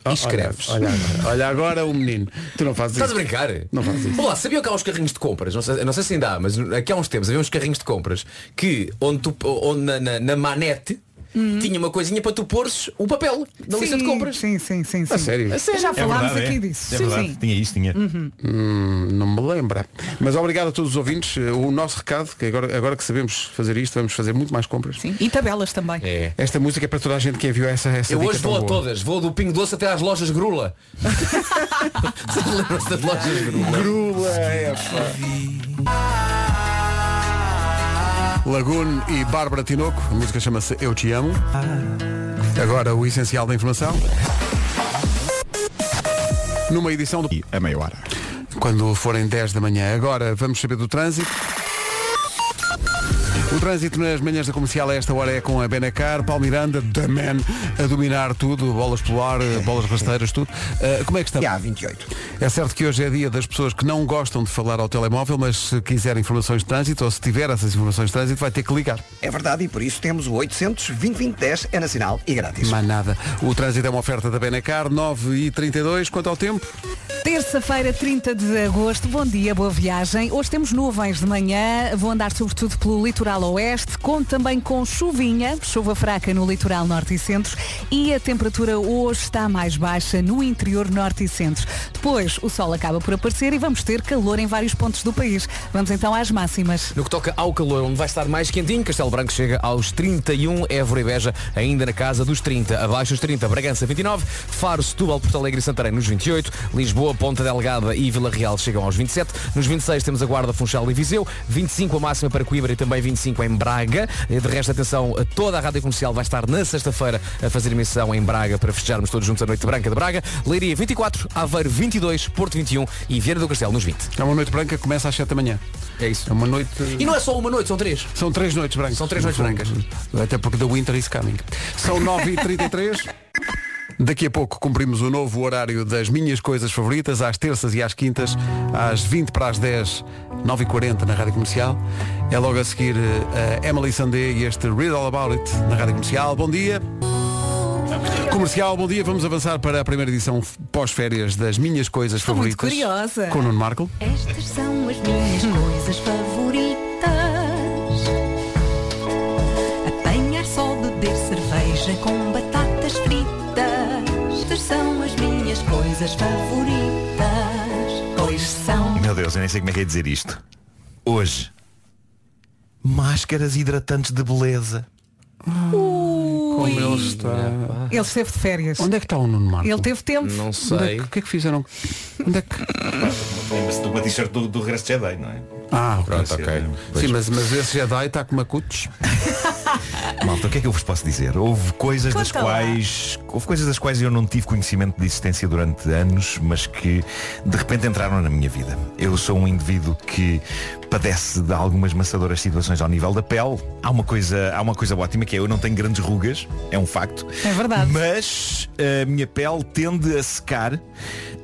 Speaker 2: e escreves.
Speaker 1: Ah, Olha, agora, olha agora o menino. Tu não fazes
Speaker 2: Estás a
Speaker 1: isso.
Speaker 2: brincar?
Speaker 1: Não faz isso.
Speaker 2: Olá, sabiam que há uns carrinhos de compras? Não sei, não sei se ainda há, mas aqui há uns tempos havia uns carrinhos de compras que onde tu onde na, na- na manete tinha uma coisinha para tu pôres o papel da lista de compras.
Speaker 4: Sim, sim, sim, sim.
Speaker 1: A sério?
Speaker 4: Já
Speaker 6: É
Speaker 4: falámos
Speaker 6: verdade,
Speaker 4: aqui
Speaker 6: é.
Speaker 4: disso.
Speaker 6: É
Speaker 4: sim,
Speaker 6: verdade,
Speaker 4: sim. Uhum.
Speaker 6: tinha isso, tinha.
Speaker 1: Hum, Não me lembra. Mas obrigado a todos os ouvintes. O nosso recado, que agora, agora que sabemos fazer isto, vamos fazer muito mais compras.
Speaker 4: Sim. E tabelas também.
Speaker 2: É.
Speaker 1: Esta música é para toda a gente que enviou essa essa
Speaker 2: Eu
Speaker 1: dica
Speaker 2: hoje
Speaker 1: tão
Speaker 2: vou a
Speaker 1: boa.
Speaker 2: todas, vou do Pingo Doce até às lojas Grula. Vocês lembram-se das lojas Grula?
Speaker 1: Grula é pá. Lagune e Bárbara Tinoco, a música chama-se Eu Te Amo. Agora o essencial da informação. Numa edição do.
Speaker 6: E a meia hora.
Speaker 1: Quando forem 10 da manhã. Agora vamos saber do trânsito. O trânsito nas manhãs da comercial a esta hora é com a Benacar, Paulo Miranda, The Man, a dominar tudo, bolas pelo ar, eh, bolas rasteiras, tudo. Ah, como é que estamos?
Speaker 3: E há 28.
Speaker 1: É certo que hoje é dia das pessoas que não gostam de falar ao telemóvel, mas se quiser informações de trânsito ou se tiver essas informações de trânsito vai ter que ligar.
Speaker 3: É verdade e por isso temos o 800 2010 é nacional e grátis.
Speaker 1: Mais nada. O trânsito é uma oferta da Benacar, 9 e 32 Quanto ao tempo,
Speaker 4: Terça-feira, 30 de agosto. Bom dia, boa viagem. Hoje temos nuvens de manhã. Vou andar sobretudo pelo litoral oeste. Conto também com chuvinha, chuva fraca no litoral norte e centro. E a temperatura hoje está mais baixa no interior norte e centro. Depois o sol acaba por aparecer e vamos ter calor em vários pontos do país. Vamos então às máximas.
Speaker 2: No que toca ao calor, onde vai estar mais quentinho, Castelo Branco chega aos 31, Évora e Beja ainda na casa dos 30, abaixo dos 30, Bragança 29, Faro, Setúbal, Porto Alegre e Santarém nos 28, Lisboa, Ponta Delgada e Vila Real chegam aos 27, nos 26 temos a Guarda, Funchal e Viseu, 25 a máxima para Coimbra e também 25 em Braga. E De resto, atenção, toda a Rádio Comercial vai estar na sexta-feira a fazer emissão em Braga para festejarmos todos juntos a Noite Branca de Braga, Leiria 24, Aveiro 22, Porto 21 e Vieira do Castelo nos 20.
Speaker 1: é uma noite branca, começa às 7 da manhã.
Speaker 2: É isso.
Speaker 1: É uma noite...
Speaker 2: E não é só uma noite, são três.
Speaker 1: São três noites brancas.
Speaker 2: São três noites
Speaker 1: No fundo. Até porque the winter is coming. São 9h33. Daqui a pouco cumprimos o novo horário das minhas coisas favoritas, às terças e às quintas, às 20 para as 10, 9h40 na Rádio Comercial. É logo a seguir eh, a Emily Sandé e este Read All About It na Rádio Comercial. Bom dia. Comercial, bom dia. Vamos avançar para a primeira edição f- pós-férias das minhas coisas
Speaker 4: Estou muito
Speaker 1: favoritas.
Speaker 4: curiosa. É
Speaker 1: Com o Nuno Marco.
Speaker 9: Estas são as minhas coisas favoritas. Apanhar só, beber cerveja com batatas fritas. Estas são as minhas coisas favoritas. Pois são.
Speaker 6: Meu Deus, eu nem sei como é que é dizer isto. Hoje. Máscaras hidratantes de beleza.
Speaker 1: Como ele está.
Speaker 4: Ele esteve de férias.
Speaker 1: Onde é que está o Nuno Marco?
Speaker 4: Ele teve tempo.
Speaker 2: Não
Speaker 1: Onde é
Speaker 2: sei.
Speaker 1: que- o que é que fizeram? Onde é que...
Speaker 6: Lembra-se de uma t-shirt do, do regresso de Jedi, não é?
Speaker 1: Ah,
Speaker 6: Pronto,
Speaker 1: pronto, ok.
Speaker 6: ok.
Speaker 1: Sim, mas, mas esse Jedi está com macutos.
Speaker 6: Malta, o que é que eu vos posso dizer? Houve coisas das
Speaker 4: Conta lá.
Speaker 6: quais. Houve coisas das quais eu não tive conhecimento de existência durante anos, mas que de repente entraram na minha vida. Eu sou um indivíduo que padece de algumas maçadoras situações ao nível da pele. Há uma coisa, há uma coisa ótima que é eu não tenho grandes rugas, é um facto.
Speaker 4: É verdade.
Speaker 6: Mas eh, a minha pele tende a secar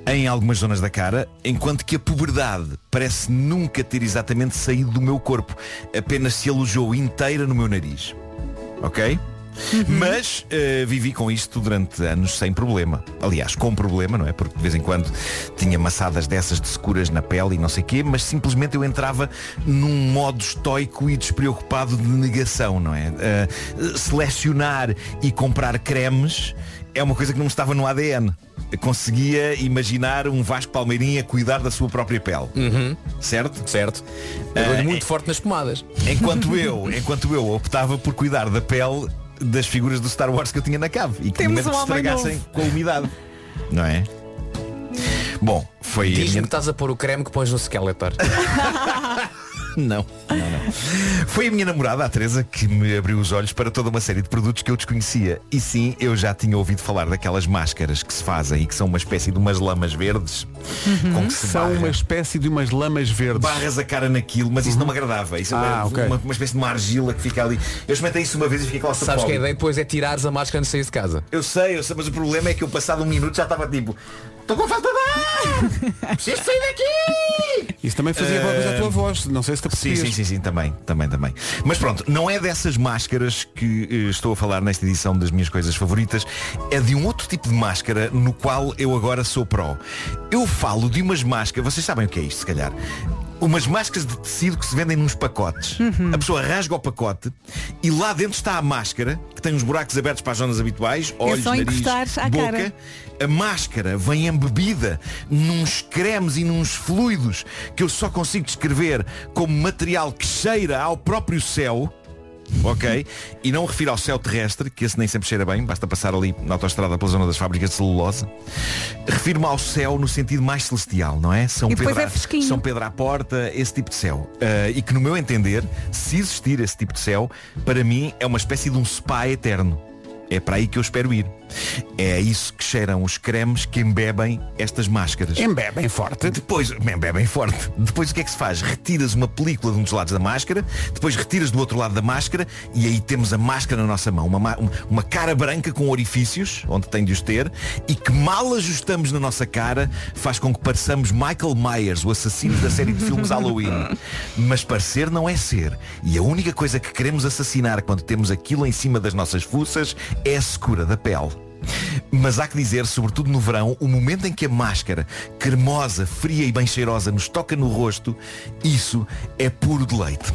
Speaker 6: em algumas zonas da cara, enquanto que a puberdade parece nunca ter exatamente saído do meu corpo, apenas se alojou inteira no meu nariz ok? Mas eh, vivi com isto durante anos sem problema. Aliás, com problema, não é? Porque de vez em quando tinha massadas dessas de seguras na pele e não sei quê, mas simplesmente eu entrava num modo estoico e despreocupado de negação, não é? Eh, selecionar e comprar cremes é uma coisa que não estava no ADN. Conseguia imaginar um Vasco Palmeirinha cuidar da sua própria pele. Certo?
Speaker 2: Certo. Eu dou-lhe muito forte nas pomadas.
Speaker 6: Enquanto eu, enquanto eu optava por cuidar da pele das figuras do Star Wars que eu tinha na cave e
Speaker 4: Temos
Speaker 6: que tinha medo
Speaker 4: um
Speaker 6: que se
Speaker 4: homem
Speaker 6: estragassem com a umidade. Não é? Bom, foi a
Speaker 2: Diz-me
Speaker 6: minha...
Speaker 2: que estás a pôr o creme que pões no Skeletor.
Speaker 6: Não, não, não. Foi a minha namorada, a Teresa, que me abriu os olhos para toda uma série de produtos que eu desconhecia. E sim, eu já tinha ouvido falar daquelas máscaras que se fazem e que são uma espécie de umas lamas verdes com que se
Speaker 1: São
Speaker 6: barra.
Speaker 1: uma espécie de umas lamas verdes.
Speaker 6: barras a cara naquilo, mas isso não me agradava. Isso
Speaker 1: Ah,
Speaker 6: é
Speaker 1: ok.
Speaker 6: uma, uma espécie de uma argila que fica ali. Eu experimentei isso uma vez e fiquei
Speaker 2: Sabes que a
Speaker 6: claustrofóbico.
Speaker 2: ideia depois é tirares a máscara antes de sair de casa.
Speaker 6: Eu sei, eu sei, mas o problema é que eu passado um minuto já estava tipo. Estou com falta de ar! Preciso sair daqui!
Speaker 1: Isso também fazia
Speaker 6: Eh,
Speaker 1: uh... a tua voz. Não sei se te
Speaker 6: Sim,
Speaker 1: apercebias.
Speaker 6: sim, sim, sim, também, também, também. Mas pronto, não é dessas máscaras que eh, estou a falar nesta edição das minhas coisas favoritas, é de um outro tipo de máscara no qual eu agora sou pró. Eu falo de umas máscaras, vocês sabem o que é isto, se calhar. Umas máscaras de tecido que se vendem nos pacotes. A pessoa rasga o pacote e lá dentro está a máscara, que tem uns buracos abertos para as zonas habituais, olhos,
Speaker 4: só
Speaker 6: nariz,
Speaker 4: encostares à
Speaker 6: boca.
Speaker 4: cara.
Speaker 6: A máscara vem embebida nos cremes e nos fluidos que eu só consigo descrever como material que cheira ao próprio céu. Ok? E não refiro ao céu terrestre, que esse nem sempre cheira bem, basta passar ali na autoestrada pela zona das fábricas de celulose. Refiro-me ao céu no sentido mais celestial, não é? São
Speaker 4: E depois
Speaker 6: Pedro
Speaker 4: é
Speaker 6: à-
Speaker 4: fresquinho.
Speaker 6: São Pedro à porta, esse tipo de céu. Ah, e que no meu entender, se existir esse tipo de céu, para mim é uma espécie de um spa eterno. É para aí que eu espero ir. É a isso que cheiram os cremes que embebem estas máscaras.
Speaker 1: Embebem forte.
Speaker 6: Depois, bem, bem forte. Depois o que é que se faz? Retiras uma película de um dos lados da máscara, depois retiras do outro lado da máscara e aí temos a máscara na nossa mão. Uma, ma- um- uma cara branca com orifícios, onde tem de os ter, e que mal ajustamos na nossa cara faz com que pareçamos Michael Myers, o assassino da série de filmes Halloween. Mas parecer não é ser. E a única coisa que queremos assassinar quando temos aquilo em cima das nossas fuças é a secura da pele. Mas há que dizer, sobretudo no verão, o momento em que a máscara, cremosa, fria e bem cheirosa, nos toca no rosto, isso é puro deleite.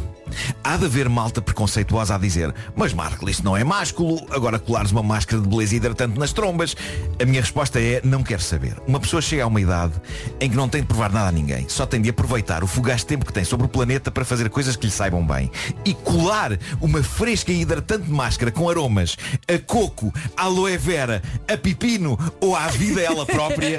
Speaker 6: Há de haver malta preconceituosa a dizer Mas Marco, isso não é másculo Agora colares uma máscara de beleza hidratante nas trombas A minha resposta é Não quero saber Uma pessoa chega a uma idade Em que não tem de provar nada a ninguém Só tem de aproveitar o fugaz tempo que tem sobre o planeta Para fazer coisas que lhe saibam bem E colar uma fresca e hidratante máscara Com aromas a coco, a aloe vera, a pepino Ou à vida ela própria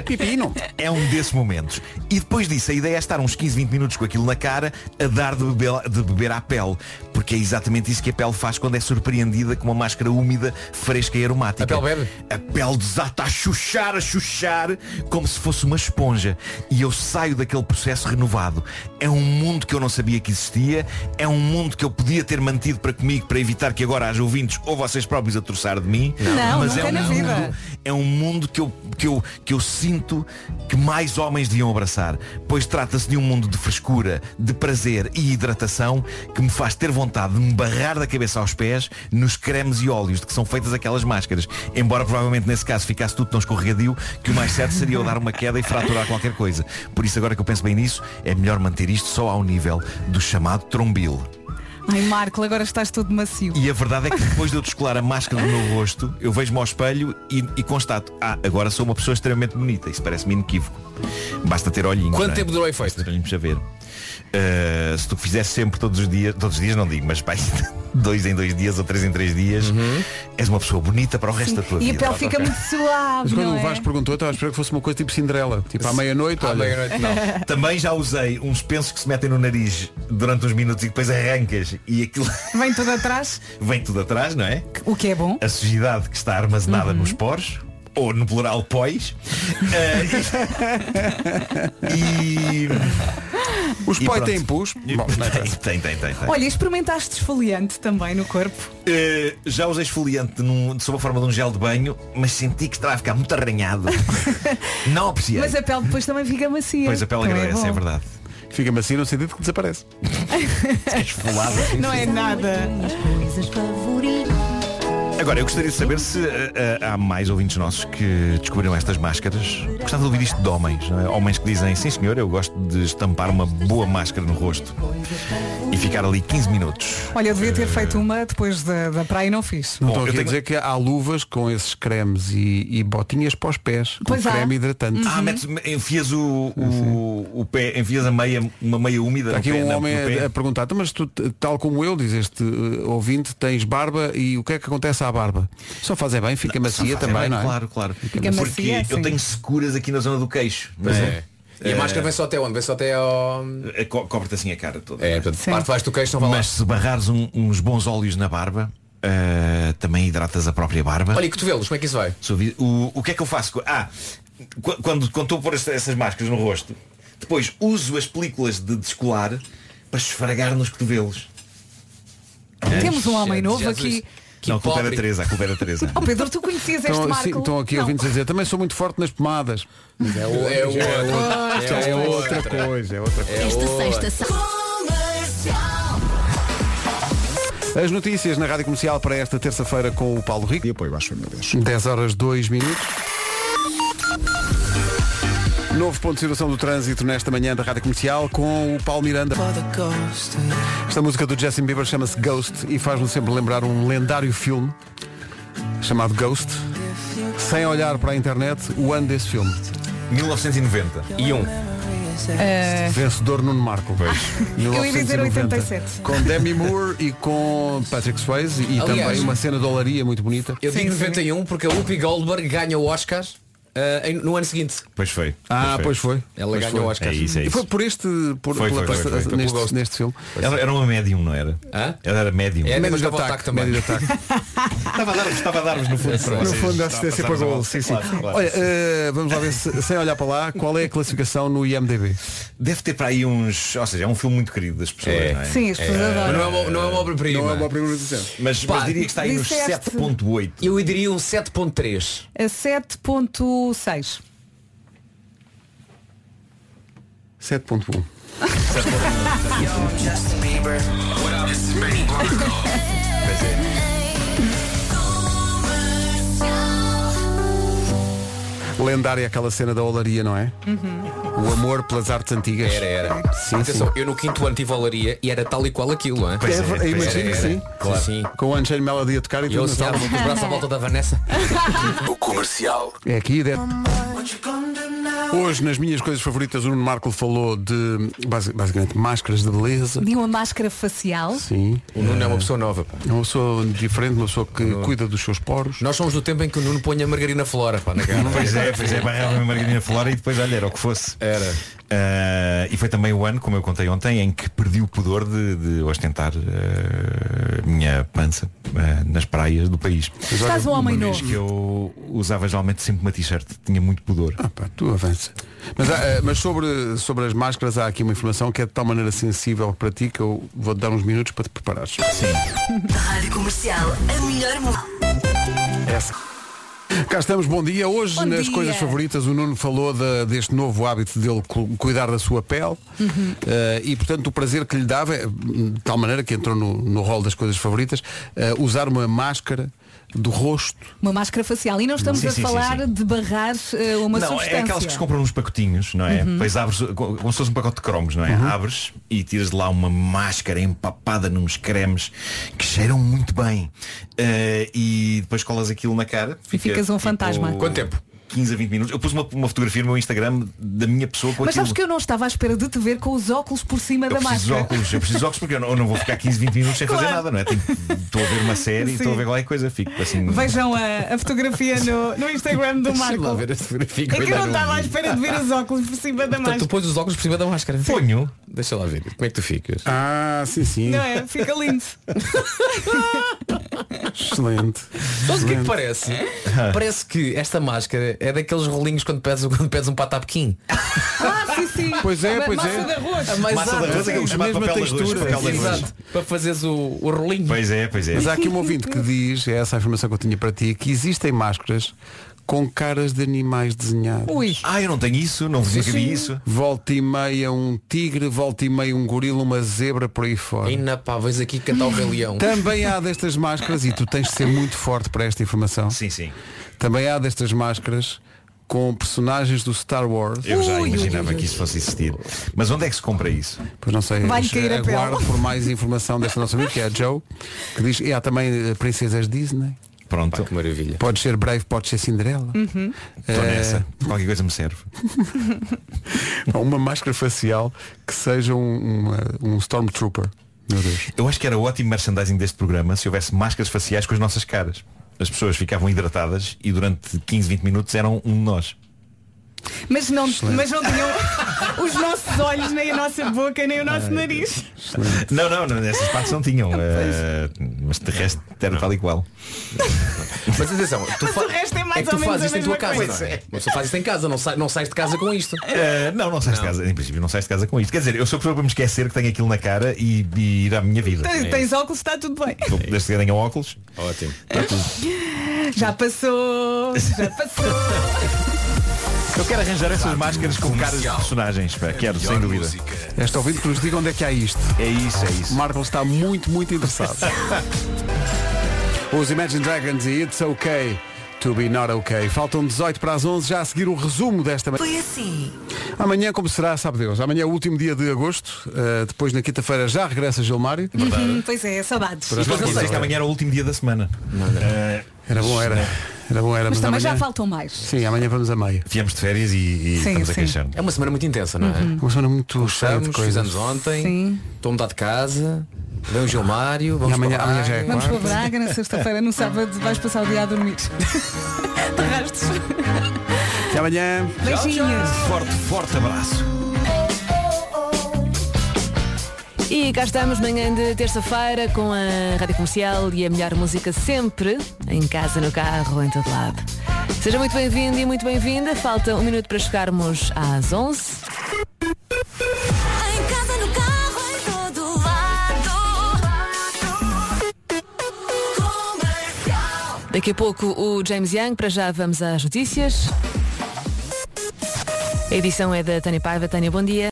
Speaker 1: Pepino.
Speaker 6: é um desses momentos. E depois disso, a ideia é estar uns 15, 20 minutos com aquilo na cara, a dar de beber, de beber à pele. Porque é exatamente isso que a pele faz quando é surpreendida com uma máscara úmida, fresca e aromática.
Speaker 2: A pele bebe?
Speaker 6: A pele desata a chuchar, a chuchar, como se fosse uma esponja. E eu saio daquele processo renovado. É um mundo que eu não sabia que existia, é um mundo que eu podia ter mantido para comigo para evitar que agora haja ouvintes ou vocês próprios a troçar de mim.
Speaker 4: Não,
Speaker 6: mas
Speaker 4: nunca
Speaker 6: é um
Speaker 4: na
Speaker 6: mundo
Speaker 4: vida.
Speaker 6: é um mundo que eu, que, eu, que eu sinto que mais homens deviam abraçar, pois trata-se de um mundo de frescura, de prazer e hidratação que me faz ter vontade de me barrar da cabeça aos pés nos cremes e óleos de que são feitas aquelas máscaras. Embora provavelmente nesse caso ficasse tudo tão escorregadio que o mais certo seria eu dar uma queda e fraturar qualquer coisa. Por isso agora que eu penso bem nisso, é melhor manter isto só ao nível do chamado trombil.
Speaker 4: Ai, Marco, agora estás todo macio.
Speaker 6: E a verdade é que depois de eu descolar a máscara no meu rosto, eu vejo-me ao espelho e, e constato, ah, agora sou uma pessoa extremamente bonita, isso parece-me inequívoco. Basta ter olhinhos.
Speaker 2: Quanto
Speaker 6: não é?
Speaker 2: tempo durou o efeito?
Speaker 6: Olhinhos a ver. Uh, se tu fizesse sempre todos os dias, todos os dias não digo, mas pai, dois em dois dias ou três em três dias,
Speaker 2: Uhum.
Speaker 6: és uma pessoa bonita para o resto da tua
Speaker 4: E a
Speaker 6: vida.
Speaker 4: pele fica muito
Speaker 1: Mas
Speaker 4: suave,
Speaker 1: quando
Speaker 4: não
Speaker 1: o
Speaker 4: é?
Speaker 1: Vasco perguntou, eu estava a esperar que fosse uma coisa tipo Cinderela. Tipo à meia-noite,
Speaker 2: À
Speaker 1: olha.
Speaker 2: meia-noite não.
Speaker 6: Também já usei uns pensos que se metem no nariz durante uns minutos e depois arrancas e aquilo
Speaker 4: é? Vem tudo atrás,
Speaker 6: vem tudo atrás, não é?
Speaker 4: o que é bom.
Speaker 6: a sujidade que está armazenada
Speaker 4: Uhum.
Speaker 6: nos poros ou no plural pois eh, e
Speaker 1: Os
Speaker 6: E
Speaker 1: poi
Speaker 6: pronto.
Speaker 1: têm pus.
Speaker 6: e-
Speaker 1: Bom, não é interessa.
Speaker 6: tem, tem, tem, tem.
Speaker 4: Olha, experimentaste esfoliante também no corpo.
Speaker 6: Eh, já usei esfoliante num, sob a forma de um gel de banho mas senti que estava a ficar muito arranhado não apreciei
Speaker 4: Mas a pele depois também fica macia.
Speaker 6: pois a pela
Speaker 4: Também
Speaker 6: agradece
Speaker 4: bom.
Speaker 6: é, verdade
Speaker 1: Fica-me assim no sentido que desaparece.
Speaker 6: esfolada
Speaker 4: Não é nada.
Speaker 9: Minhas coisas favoritas
Speaker 6: Agora, eu gostaria de saber se eh, eh, há mais ouvintes nossos que descobriram estas máscaras. Gostava de ouvir isto de homens, não é? Homens que dizem, sim senhor, eu gosto de estampar uma boa máscara no rosto e ficar ali 15 minutos.
Speaker 4: Olha, eu devia ter feito uma depois da, da praia e não fiz.
Speaker 1: Não estou
Speaker 6: Bom,
Speaker 1: aqui
Speaker 6: eu
Speaker 1: a
Speaker 6: tenho-
Speaker 1: dizer que há luvas com esses cremes e, e botinhas para os pés.
Speaker 4: Pois
Speaker 1: com
Speaker 4: há.
Speaker 1: creme hidratante.
Speaker 6: Ah, metes, enfias o, o, o pé, enfias a meia, uma meia úmida
Speaker 1: Está
Speaker 6: no
Speaker 1: aqui
Speaker 6: pé,
Speaker 1: um
Speaker 6: na-
Speaker 1: homem
Speaker 6: no pé.
Speaker 1: a, a perguntar, "Então, mas tu, t- tal como eu, diz este eh, ouvinte, tens barba e o que é que acontece à barba? Só faz é bem, fica macia
Speaker 6: Ah,
Speaker 1: também,
Speaker 6: bem,
Speaker 1: não é?
Speaker 6: Claro, claro.
Speaker 4: Fica macia,
Speaker 6: Porque eu
Speaker 4: sim.
Speaker 6: tenho securas aqui na zona do queixo. não
Speaker 2: Pois
Speaker 6: é?
Speaker 2: é. E a máscara vem só até onde? Vem só até ao...
Speaker 6: Eh, co- Cobre-te assim a cara toda.
Speaker 2: É,
Speaker 6: não é?
Speaker 2: portanto,
Speaker 4: Sim.
Speaker 2: parte de baixo do queixo não vai lá.
Speaker 6: Mas se barrares um- uns bons óleos na barba, eh, também hidratas a própria barba.
Speaker 2: Olha, e cotovelos, como é que isso vai?
Speaker 6: Se eu vi- O, o que é que eu faço? Ah, qu- quando, quando estou a pôr esta- essas máscaras no rosto, depois uso as películas de descolar para esfregar nos cotovelos. É.
Speaker 4: Temos um homem novo
Speaker 2: Jesus.
Speaker 4: aqui.
Speaker 2: Que
Speaker 6: não, a culpa
Speaker 2: pobre.
Speaker 6: era Teresa, a culpa era Teresa.
Speaker 4: Oh Pedro, tu conhecias este
Speaker 1: Estão,
Speaker 4: Marco?
Speaker 1: sim, estão aqui
Speaker 4: Não.
Speaker 1: ouvintes a dizer, também sou muito forte nas pomadas.
Speaker 2: É o é o outro.
Speaker 1: É,
Speaker 2: É o
Speaker 1: outra
Speaker 2: outro.
Speaker 1: coisa, é outra coisa.
Speaker 5: Esta sexta
Speaker 1: As notícias na Rádio Comercial para esta terça-feira com o Paulo Rico.
Speaker 8: E apoio às famílias.
Speaker 1: 10 horas 2 minutos. Novo ponto de situação do trânsito nesta manhã da Rádio Comercial com o Paulo Miranda. Esta música do Justin Bieber chama-se Ghost e faz-me sempre lembrar um lendário filme chamado Ghost. Sem olhar para a internet, o ano desse filme.
Speaker 6: 1990.
Speaker 2: E um.
Speaker 4: Eh,
Speaker 1: Vencedor Nuno Marco.
Speaker 4: Eu ia dizer
Speaker 1: 1990.
Speaker 4: 87.
Speaker 1: Com Demi Moore e com Patrick Swayze e
Speaker 2: Aliás-
Speaker 1: também uma cena de olaria muito bonita.
Speaker 2: Eu digo
Speaker 4: sim.
Speaker 2: 91 porque a Whoopi Goldberg ganha o Oscar ah, em- no ano seguinte.
Speaker 6: Pois foi.
Speaker 1: Ah, pois foi.
Speaker 2: Ela
Speaker 1: Pois
Speaker 2: ganhou
Speaker 1: foi.
Speaker 2: o Oscar.
Speaker 6: É isso, é
Speaker 1: E
Speaker 6: isso.
Speaker 1: foi por este, por,
Speaker 6: Foi,
Speaker 1: pela-
Speaker 6: foi, foi,
Speaker 1: pela-
Speaker 6: foi, foi.
Speaker 1: neste,
Speaker 2: Pelo gosto.
Speaker 1: neste filme.
Speaker 6: Era, era uma médium, não era?
Speaker 2: Hã?
Speaker 6: Ela era médium.
Speaker 2: É.
Speaker 1: Médio
Speaker 2: Mas
Speaker 1: de
Speaker 2: dava o
Speaker 1: ataque,
Speaker 2: ataque também.
Speaker 1: médio de ataque.
Speaker 6: Estava a dar-vos, estava a dar-vos no fundo para
Speaker 1: No
Speaker 6: vocês.
Speaker 1: fundo, a
Speaker 6: Estava
Speaker 1: assistência
Speaker 6: a
Speaker 1: para
Speaker 6: passar-vos a
Speaker 1: gol.
Speaker 6: bola.
Speaker 1: Sim, sim.
Speaker 6: Claro, claro.
Speaker 1: Olha, eh, vamos lá ver, se, sem olhar para lá, qual é a classificação no IMDB?
Speaker 6: Deve ter para aí uns. Ou seja, é um filme muito querido das pessoas,
Speaker 2: É.
Speaker 6: não é?
Speaker 4: Sim, as pessoas
Speaker 2: Mas não
Speaker 4: adoram.
Speaker 2: é uma, não é uma obra-prima.
Speaker 6: Mas,
Speaker 2: Pá,
Speaker 6: mas diria que está aí nos
Speaker 4: disseste.
Speaker 6: 7.8.
Speaker 2: Eu diria um 7.3.
Speaker 4: A 7.6.
Speaker 1: 7.1. Lendária aquela cena da olaria, não é? O amor pelas artes antigas.
Speaker 2: Uhum. Era, era.
Speaker 1: Sim,
Speaker 2: Atenção,
Speaker 1: sim.
Speaker 2: eu no quinto ano tive olaria e era tal e qual aquilo, hein?
Speaker 6: Pois
Speaker 1: É,
Speaker 6: é, pois é.
Speaker 1: imagino que
Speaker 2: Era,
Speaker 1: sim.
Speaker 2: era. Claro. Sim.
Speaker 1: Com o Unchained Melody a tocar e
Speaker 2: E
Speaker 1: tudo.
Speaker 2: eu
Speaker 1: na sala.
Speaker 2: assinava com os braços à volta da Vanessa.
Speaker 8: O comercial.
Speaker 1: É aqui, é. Hoje, nas minhas coisas favoritas, o Nuno Marco falou de, basi- basicamente, máscaras de beleza.
Speaker 4: De uma máscara facial.
Speaker 1: Sim.
Speaker 2: O Nuno é uma pessoa nova. pá.
Speaker 1: Uma pessoa diferente, uma pessoa que cuida dos seus poros.
Speaker 2: Nós somos do tempo em que o Nuno põe a margarina flora. Pá, na cara.
Speaker 6: Pois é, pois é, barrava a Margarina Flora e depois olha, era o que fosse.
Speaker 2: Era.
Speaker 6: Ah, e foi também o ano, como eu contei ontem, em que perdi o pudor de, de ostentar ah, a minha pança ah, nas praias do país.
Speaker 4: Estás um homem
Speaker 6: Uma vez
Speaker 4: novo.
Speaker 6: que eu usava geralmente sempre uma t-shirt, tinha muito pudor.
Speaker 1: Ah, pá, tu avança. Mas, há, eh, mas sobre, sobre as máscaras há aqui uma informação que é de tal maneira sensível para ti que eu vou-te dar uns minutos para te preparares.
Speaker 9: Rádio Comercial, a melhor
Speaker 1: Essa. Cá estamos, bom dia. Hoje,
Speaker 4: Bom
Speaker 1: nas
Speaker 4: dia.
Speaker 1: coisas favoritas, o Nuno falou da- deste novo hábito dele cu- cuidar da sua pele Eh, e, portanto, o prazer que lhe dava, eh, de tal maneira que entrou no, no rol das coisas favoritas, eh, usar uma máscara do rosto.
Speaker 4: Uma máscara facial. E não estamos
Speaker 6: Sim,
Speaker 4: a
Speaker 6: sim,
Speaker 4: falar
Speaker 6: sim, sim.
Speaker 4: de barrar eh, uma
Speaker 6: não,
Speaker 4: substância. Uhum.
Speaker 6: é aquelas que se compram nos pacotinhos, não é? Pois abres, co- como se fosse um pacote de cromos, não é? Abres e tiras de lá uma máscara empapada nos cremes que cheiram muito bem. Eh, e depois colas aquilo na cara.
Speaker 4: ficas um fantasma.
Speaker 2: Quanto tempo?
Speaker 6: 15 a 20 minutos. Eu pus uma, uma fotografia no meu Instagram da minha pessoa com
Speaker 4: Mas
Speaker 6: aquilo.
Speaker 4: sabes que eu não estava à espera de te ver com os óculos por cima
Speaker 6: Eu
Speaker 4: da
Speaker 6: preciso de
Speaker 4: máscara.
Speaker 6: óculos, eu preciso de óculos porque eu não, eu não vou ficar 15, 20 minutos sem fazer
Speaker 4: Claro.
Speaker 6: nada, não é? Tenho- Estou a ver uma série, estou a ver qualquer coisa, fico assim.
Speaker 4: Vejam a, a fotografia no, no Instagram do
Speaker 2: Deixa-me lá
Speaker 4: Marco.
Speaker 2: ver a fotografia que
Speaker 4: É que eu
Speaker 2: dá
Speaker 4: não
Speaker 2: no
Speaker 6: um.
Speaker 4: estava à
Speaker 2: vídeo.
Speaker 4: espera de ver os óculos por cima da
Speaker 2: Portanto, tu
Speaker 4: máscara.
Speaker 2: pões os óculos por cima da máscara.
Speaker 6: Ponho.
Speaker 2: Deixa lá ver. Como é que tu ficas?
Speaker 1: Ah, sim, sim.
Speaker 4: Não é? Fica lindo.
Speaker 1: Excelente.
Speaker 2: Sabes o que é que
Speaker 1: Excelente.
Speaker 2: parece? parece que esta máscara é daqueles rolinhos quando pedes, quando pedes um patapequim.
Speaker 4: Ah, sim, sim.
Speaker 1: Pois é,
Speaker 4: Ma-
Speaker 1: pois
Speaker 4: massa
Speaker 1: é.
Speaker 4: de arroz.
Speaker 2: A mais
Speaker 6: Massa de
Speaker 2: alta.
Speaker 6: arroz,
Speaker 1: a
Speaker 6: aquele é chamado
Speaker 1: mesma
Speaker 6: papel de arroz,
Speaker 1: textura.
Speaker 2: É
Speaker 6: papel de arroz.
Speaker 2: Exato. Para fazeres o, o rolinho.
Speaker 6: Pois é, pois é.
Speaker 1: Mas há aqui um ouvinte que diz, é essa a informação que eu tinha para ti, que existem máscaras com caras de animais desenhados.
Speaker 4: Ui.
Speaker 6: Ah, eu não tenho isso, não vos encabi isso.
Speaker 1: Volta e meia um tigre, volta e meia um gorila, uma zebra por aí fora.
Speaker 2: Ainda pá, vais aqui cantar o Rei Leão.
Speaker 1: Também há destas máscaras, e tu tens de ser muito forte para esta informação,
Speaker 6: Sim, sim.
Speaker 1: também há destas máscaras com personagens do Star Wars.
Speaker 6: Eu já
Speaker 4: Ui, ui,
Speaker 6: imaginava
Speaker 4: ui,
Speaker 6: que isso fosse existir. Mas onde é que se compra isso?
Speaker 1: Pois não sei, eh,
Speaker 4: Vai-lhe cair a
Speaker 1: aguardo
Speaker 4: pele.
Speaker 1: por mais informação desta nossa amiga, que é a Joe, que diz, e há também eh, princesas Disney.
Speaker 6: Pronto,
Speaker 2: Que maravilha.
Speaker 1: Pode ser breve, pode ser Cinderela. Eh,
Speaker 6: estou Uhum.
Speaker 1: É.
Speaker 6: nessa. Qualquer coisa me serve.
Speaker 1: Uma máscara facial que seja um, uma- um Stormtrooper. Meu Deus.
Speaker 6: Eu acho que era ótimo merchandising deste programa se houvesse máscaras faciais com as nossas caras. As pessoas ficavam hidratadas e durante 15, 20 minutos eram um de nós.
Speaker 4: Mas não, mas não tinham os nossos olhos, nem a nossa boca, nem o nosso nariz.
Speaker 6: Não, não, não essas partes não tinham. eh, mas de resto era tal e qual.
Speaker 2: Mas atenção, tu fa-
Speaker 4: o resto é mais
Speaker 2: é que tu
Speaker 4: ou menos
Speaker 2: fazes isto
Speaker 4: a
Speaker 2: em tua
Speaker 4: mesma
Speaker 2: casa,
Speaker 4: coisa.
Speaker 2: não é? Uma pessoa faz isto em casa, não, sai, não sais de casa com isto.
Speaker 6: Eh, não, não sais de casa. Em princípio não sais de casa com isto. Quer dizer, eu sou pessoa para me esquecer que tenho aquilo na cara e, e ir à minha vida.
Speaker 4: Tens, tens óculos, está tudo bem.
Speaker 6: Vou- Desde que ganham óculos.
Speaker 2: Ótimo.
Speaker 4: Já passou, já passou.
Speaker 6: Eu quero arranjar essas máscaras com caras de personagens. pá, Quero, sem dúvida.
Speaker 1: Esta ouvinte que nos diga onde é que há isto.
Speaker 6: É isso, é isso.
Speaker 1: Marco está muito, muito interessado. Os Imagine Dragons e It's Okay to Be Not Okay. Faltam 18 para as 11, já a seguir o resumo desta manhã.
Speaker 9: Foi assim.
Speaker 1: Amanhã, como será, sabe Deus. Amanhã é o último dia de agosto. Uh, depois, na quinta-feira, já regressa Gilmário.
Speaker 4: Hum, pois é, saudades.
Speaker 6: Mas não sei, isto amanhã era o último dia da semana. Eh,
Speaker 1: Era bom, é. era. Era bom, era.
Speaker 4: Mas também já
Speaker 1: amanhã-
Speaker 4: faltam mais.
Speaker 1: Sim, amanhã vamos a meio.
Speaker 6: Viemos de férias e, e
Speaker 4: Sim,
Speaker 6: estamos a
Speaker 4: sim.
Speaker 6: queixar.
Speaker 2: É uma semana muito intensa, não é?
Speaker 1: Uma semana muito cheia de
Speaker 2: Estamos, fiz
Speaker 1: coisas.
Speaker 2: anos ontem,
Speaker 4: Uhum. Sim.
Speaker 2: estou a mudar de casa, vem o Gilmário, vamos
Speaker 1: E amanhã-
Speaker 2: para lá.
Speaker 1: amanhã já é
Speaker 4: Vamos
Speaker 1: Claro.
Speaker 4: para Braga na sexta-feira, no sábado vais passar o dia a dormir. De resto,
Speaker 1: Até amanhã.
Speaker 4: Beijinhos.
Speaker 6: Forte, forte abraço.
Speaker 9: E cá estamos, manhã de terça-feira, com a Rádio Comercial e a melhor música sempre, em casa, no carro, em todo lado. Seja muito bem-vindo e muito bem-vinda. Falta um minuto para chegarmos às 11.
Speaker 5: Em casa, no carro, em todo lado. Comercial.
Speaker 9: Daqui a pouco o James Young, para já vamos às notícias. A edição é da Tânia Paiva. Tânia, bom dia.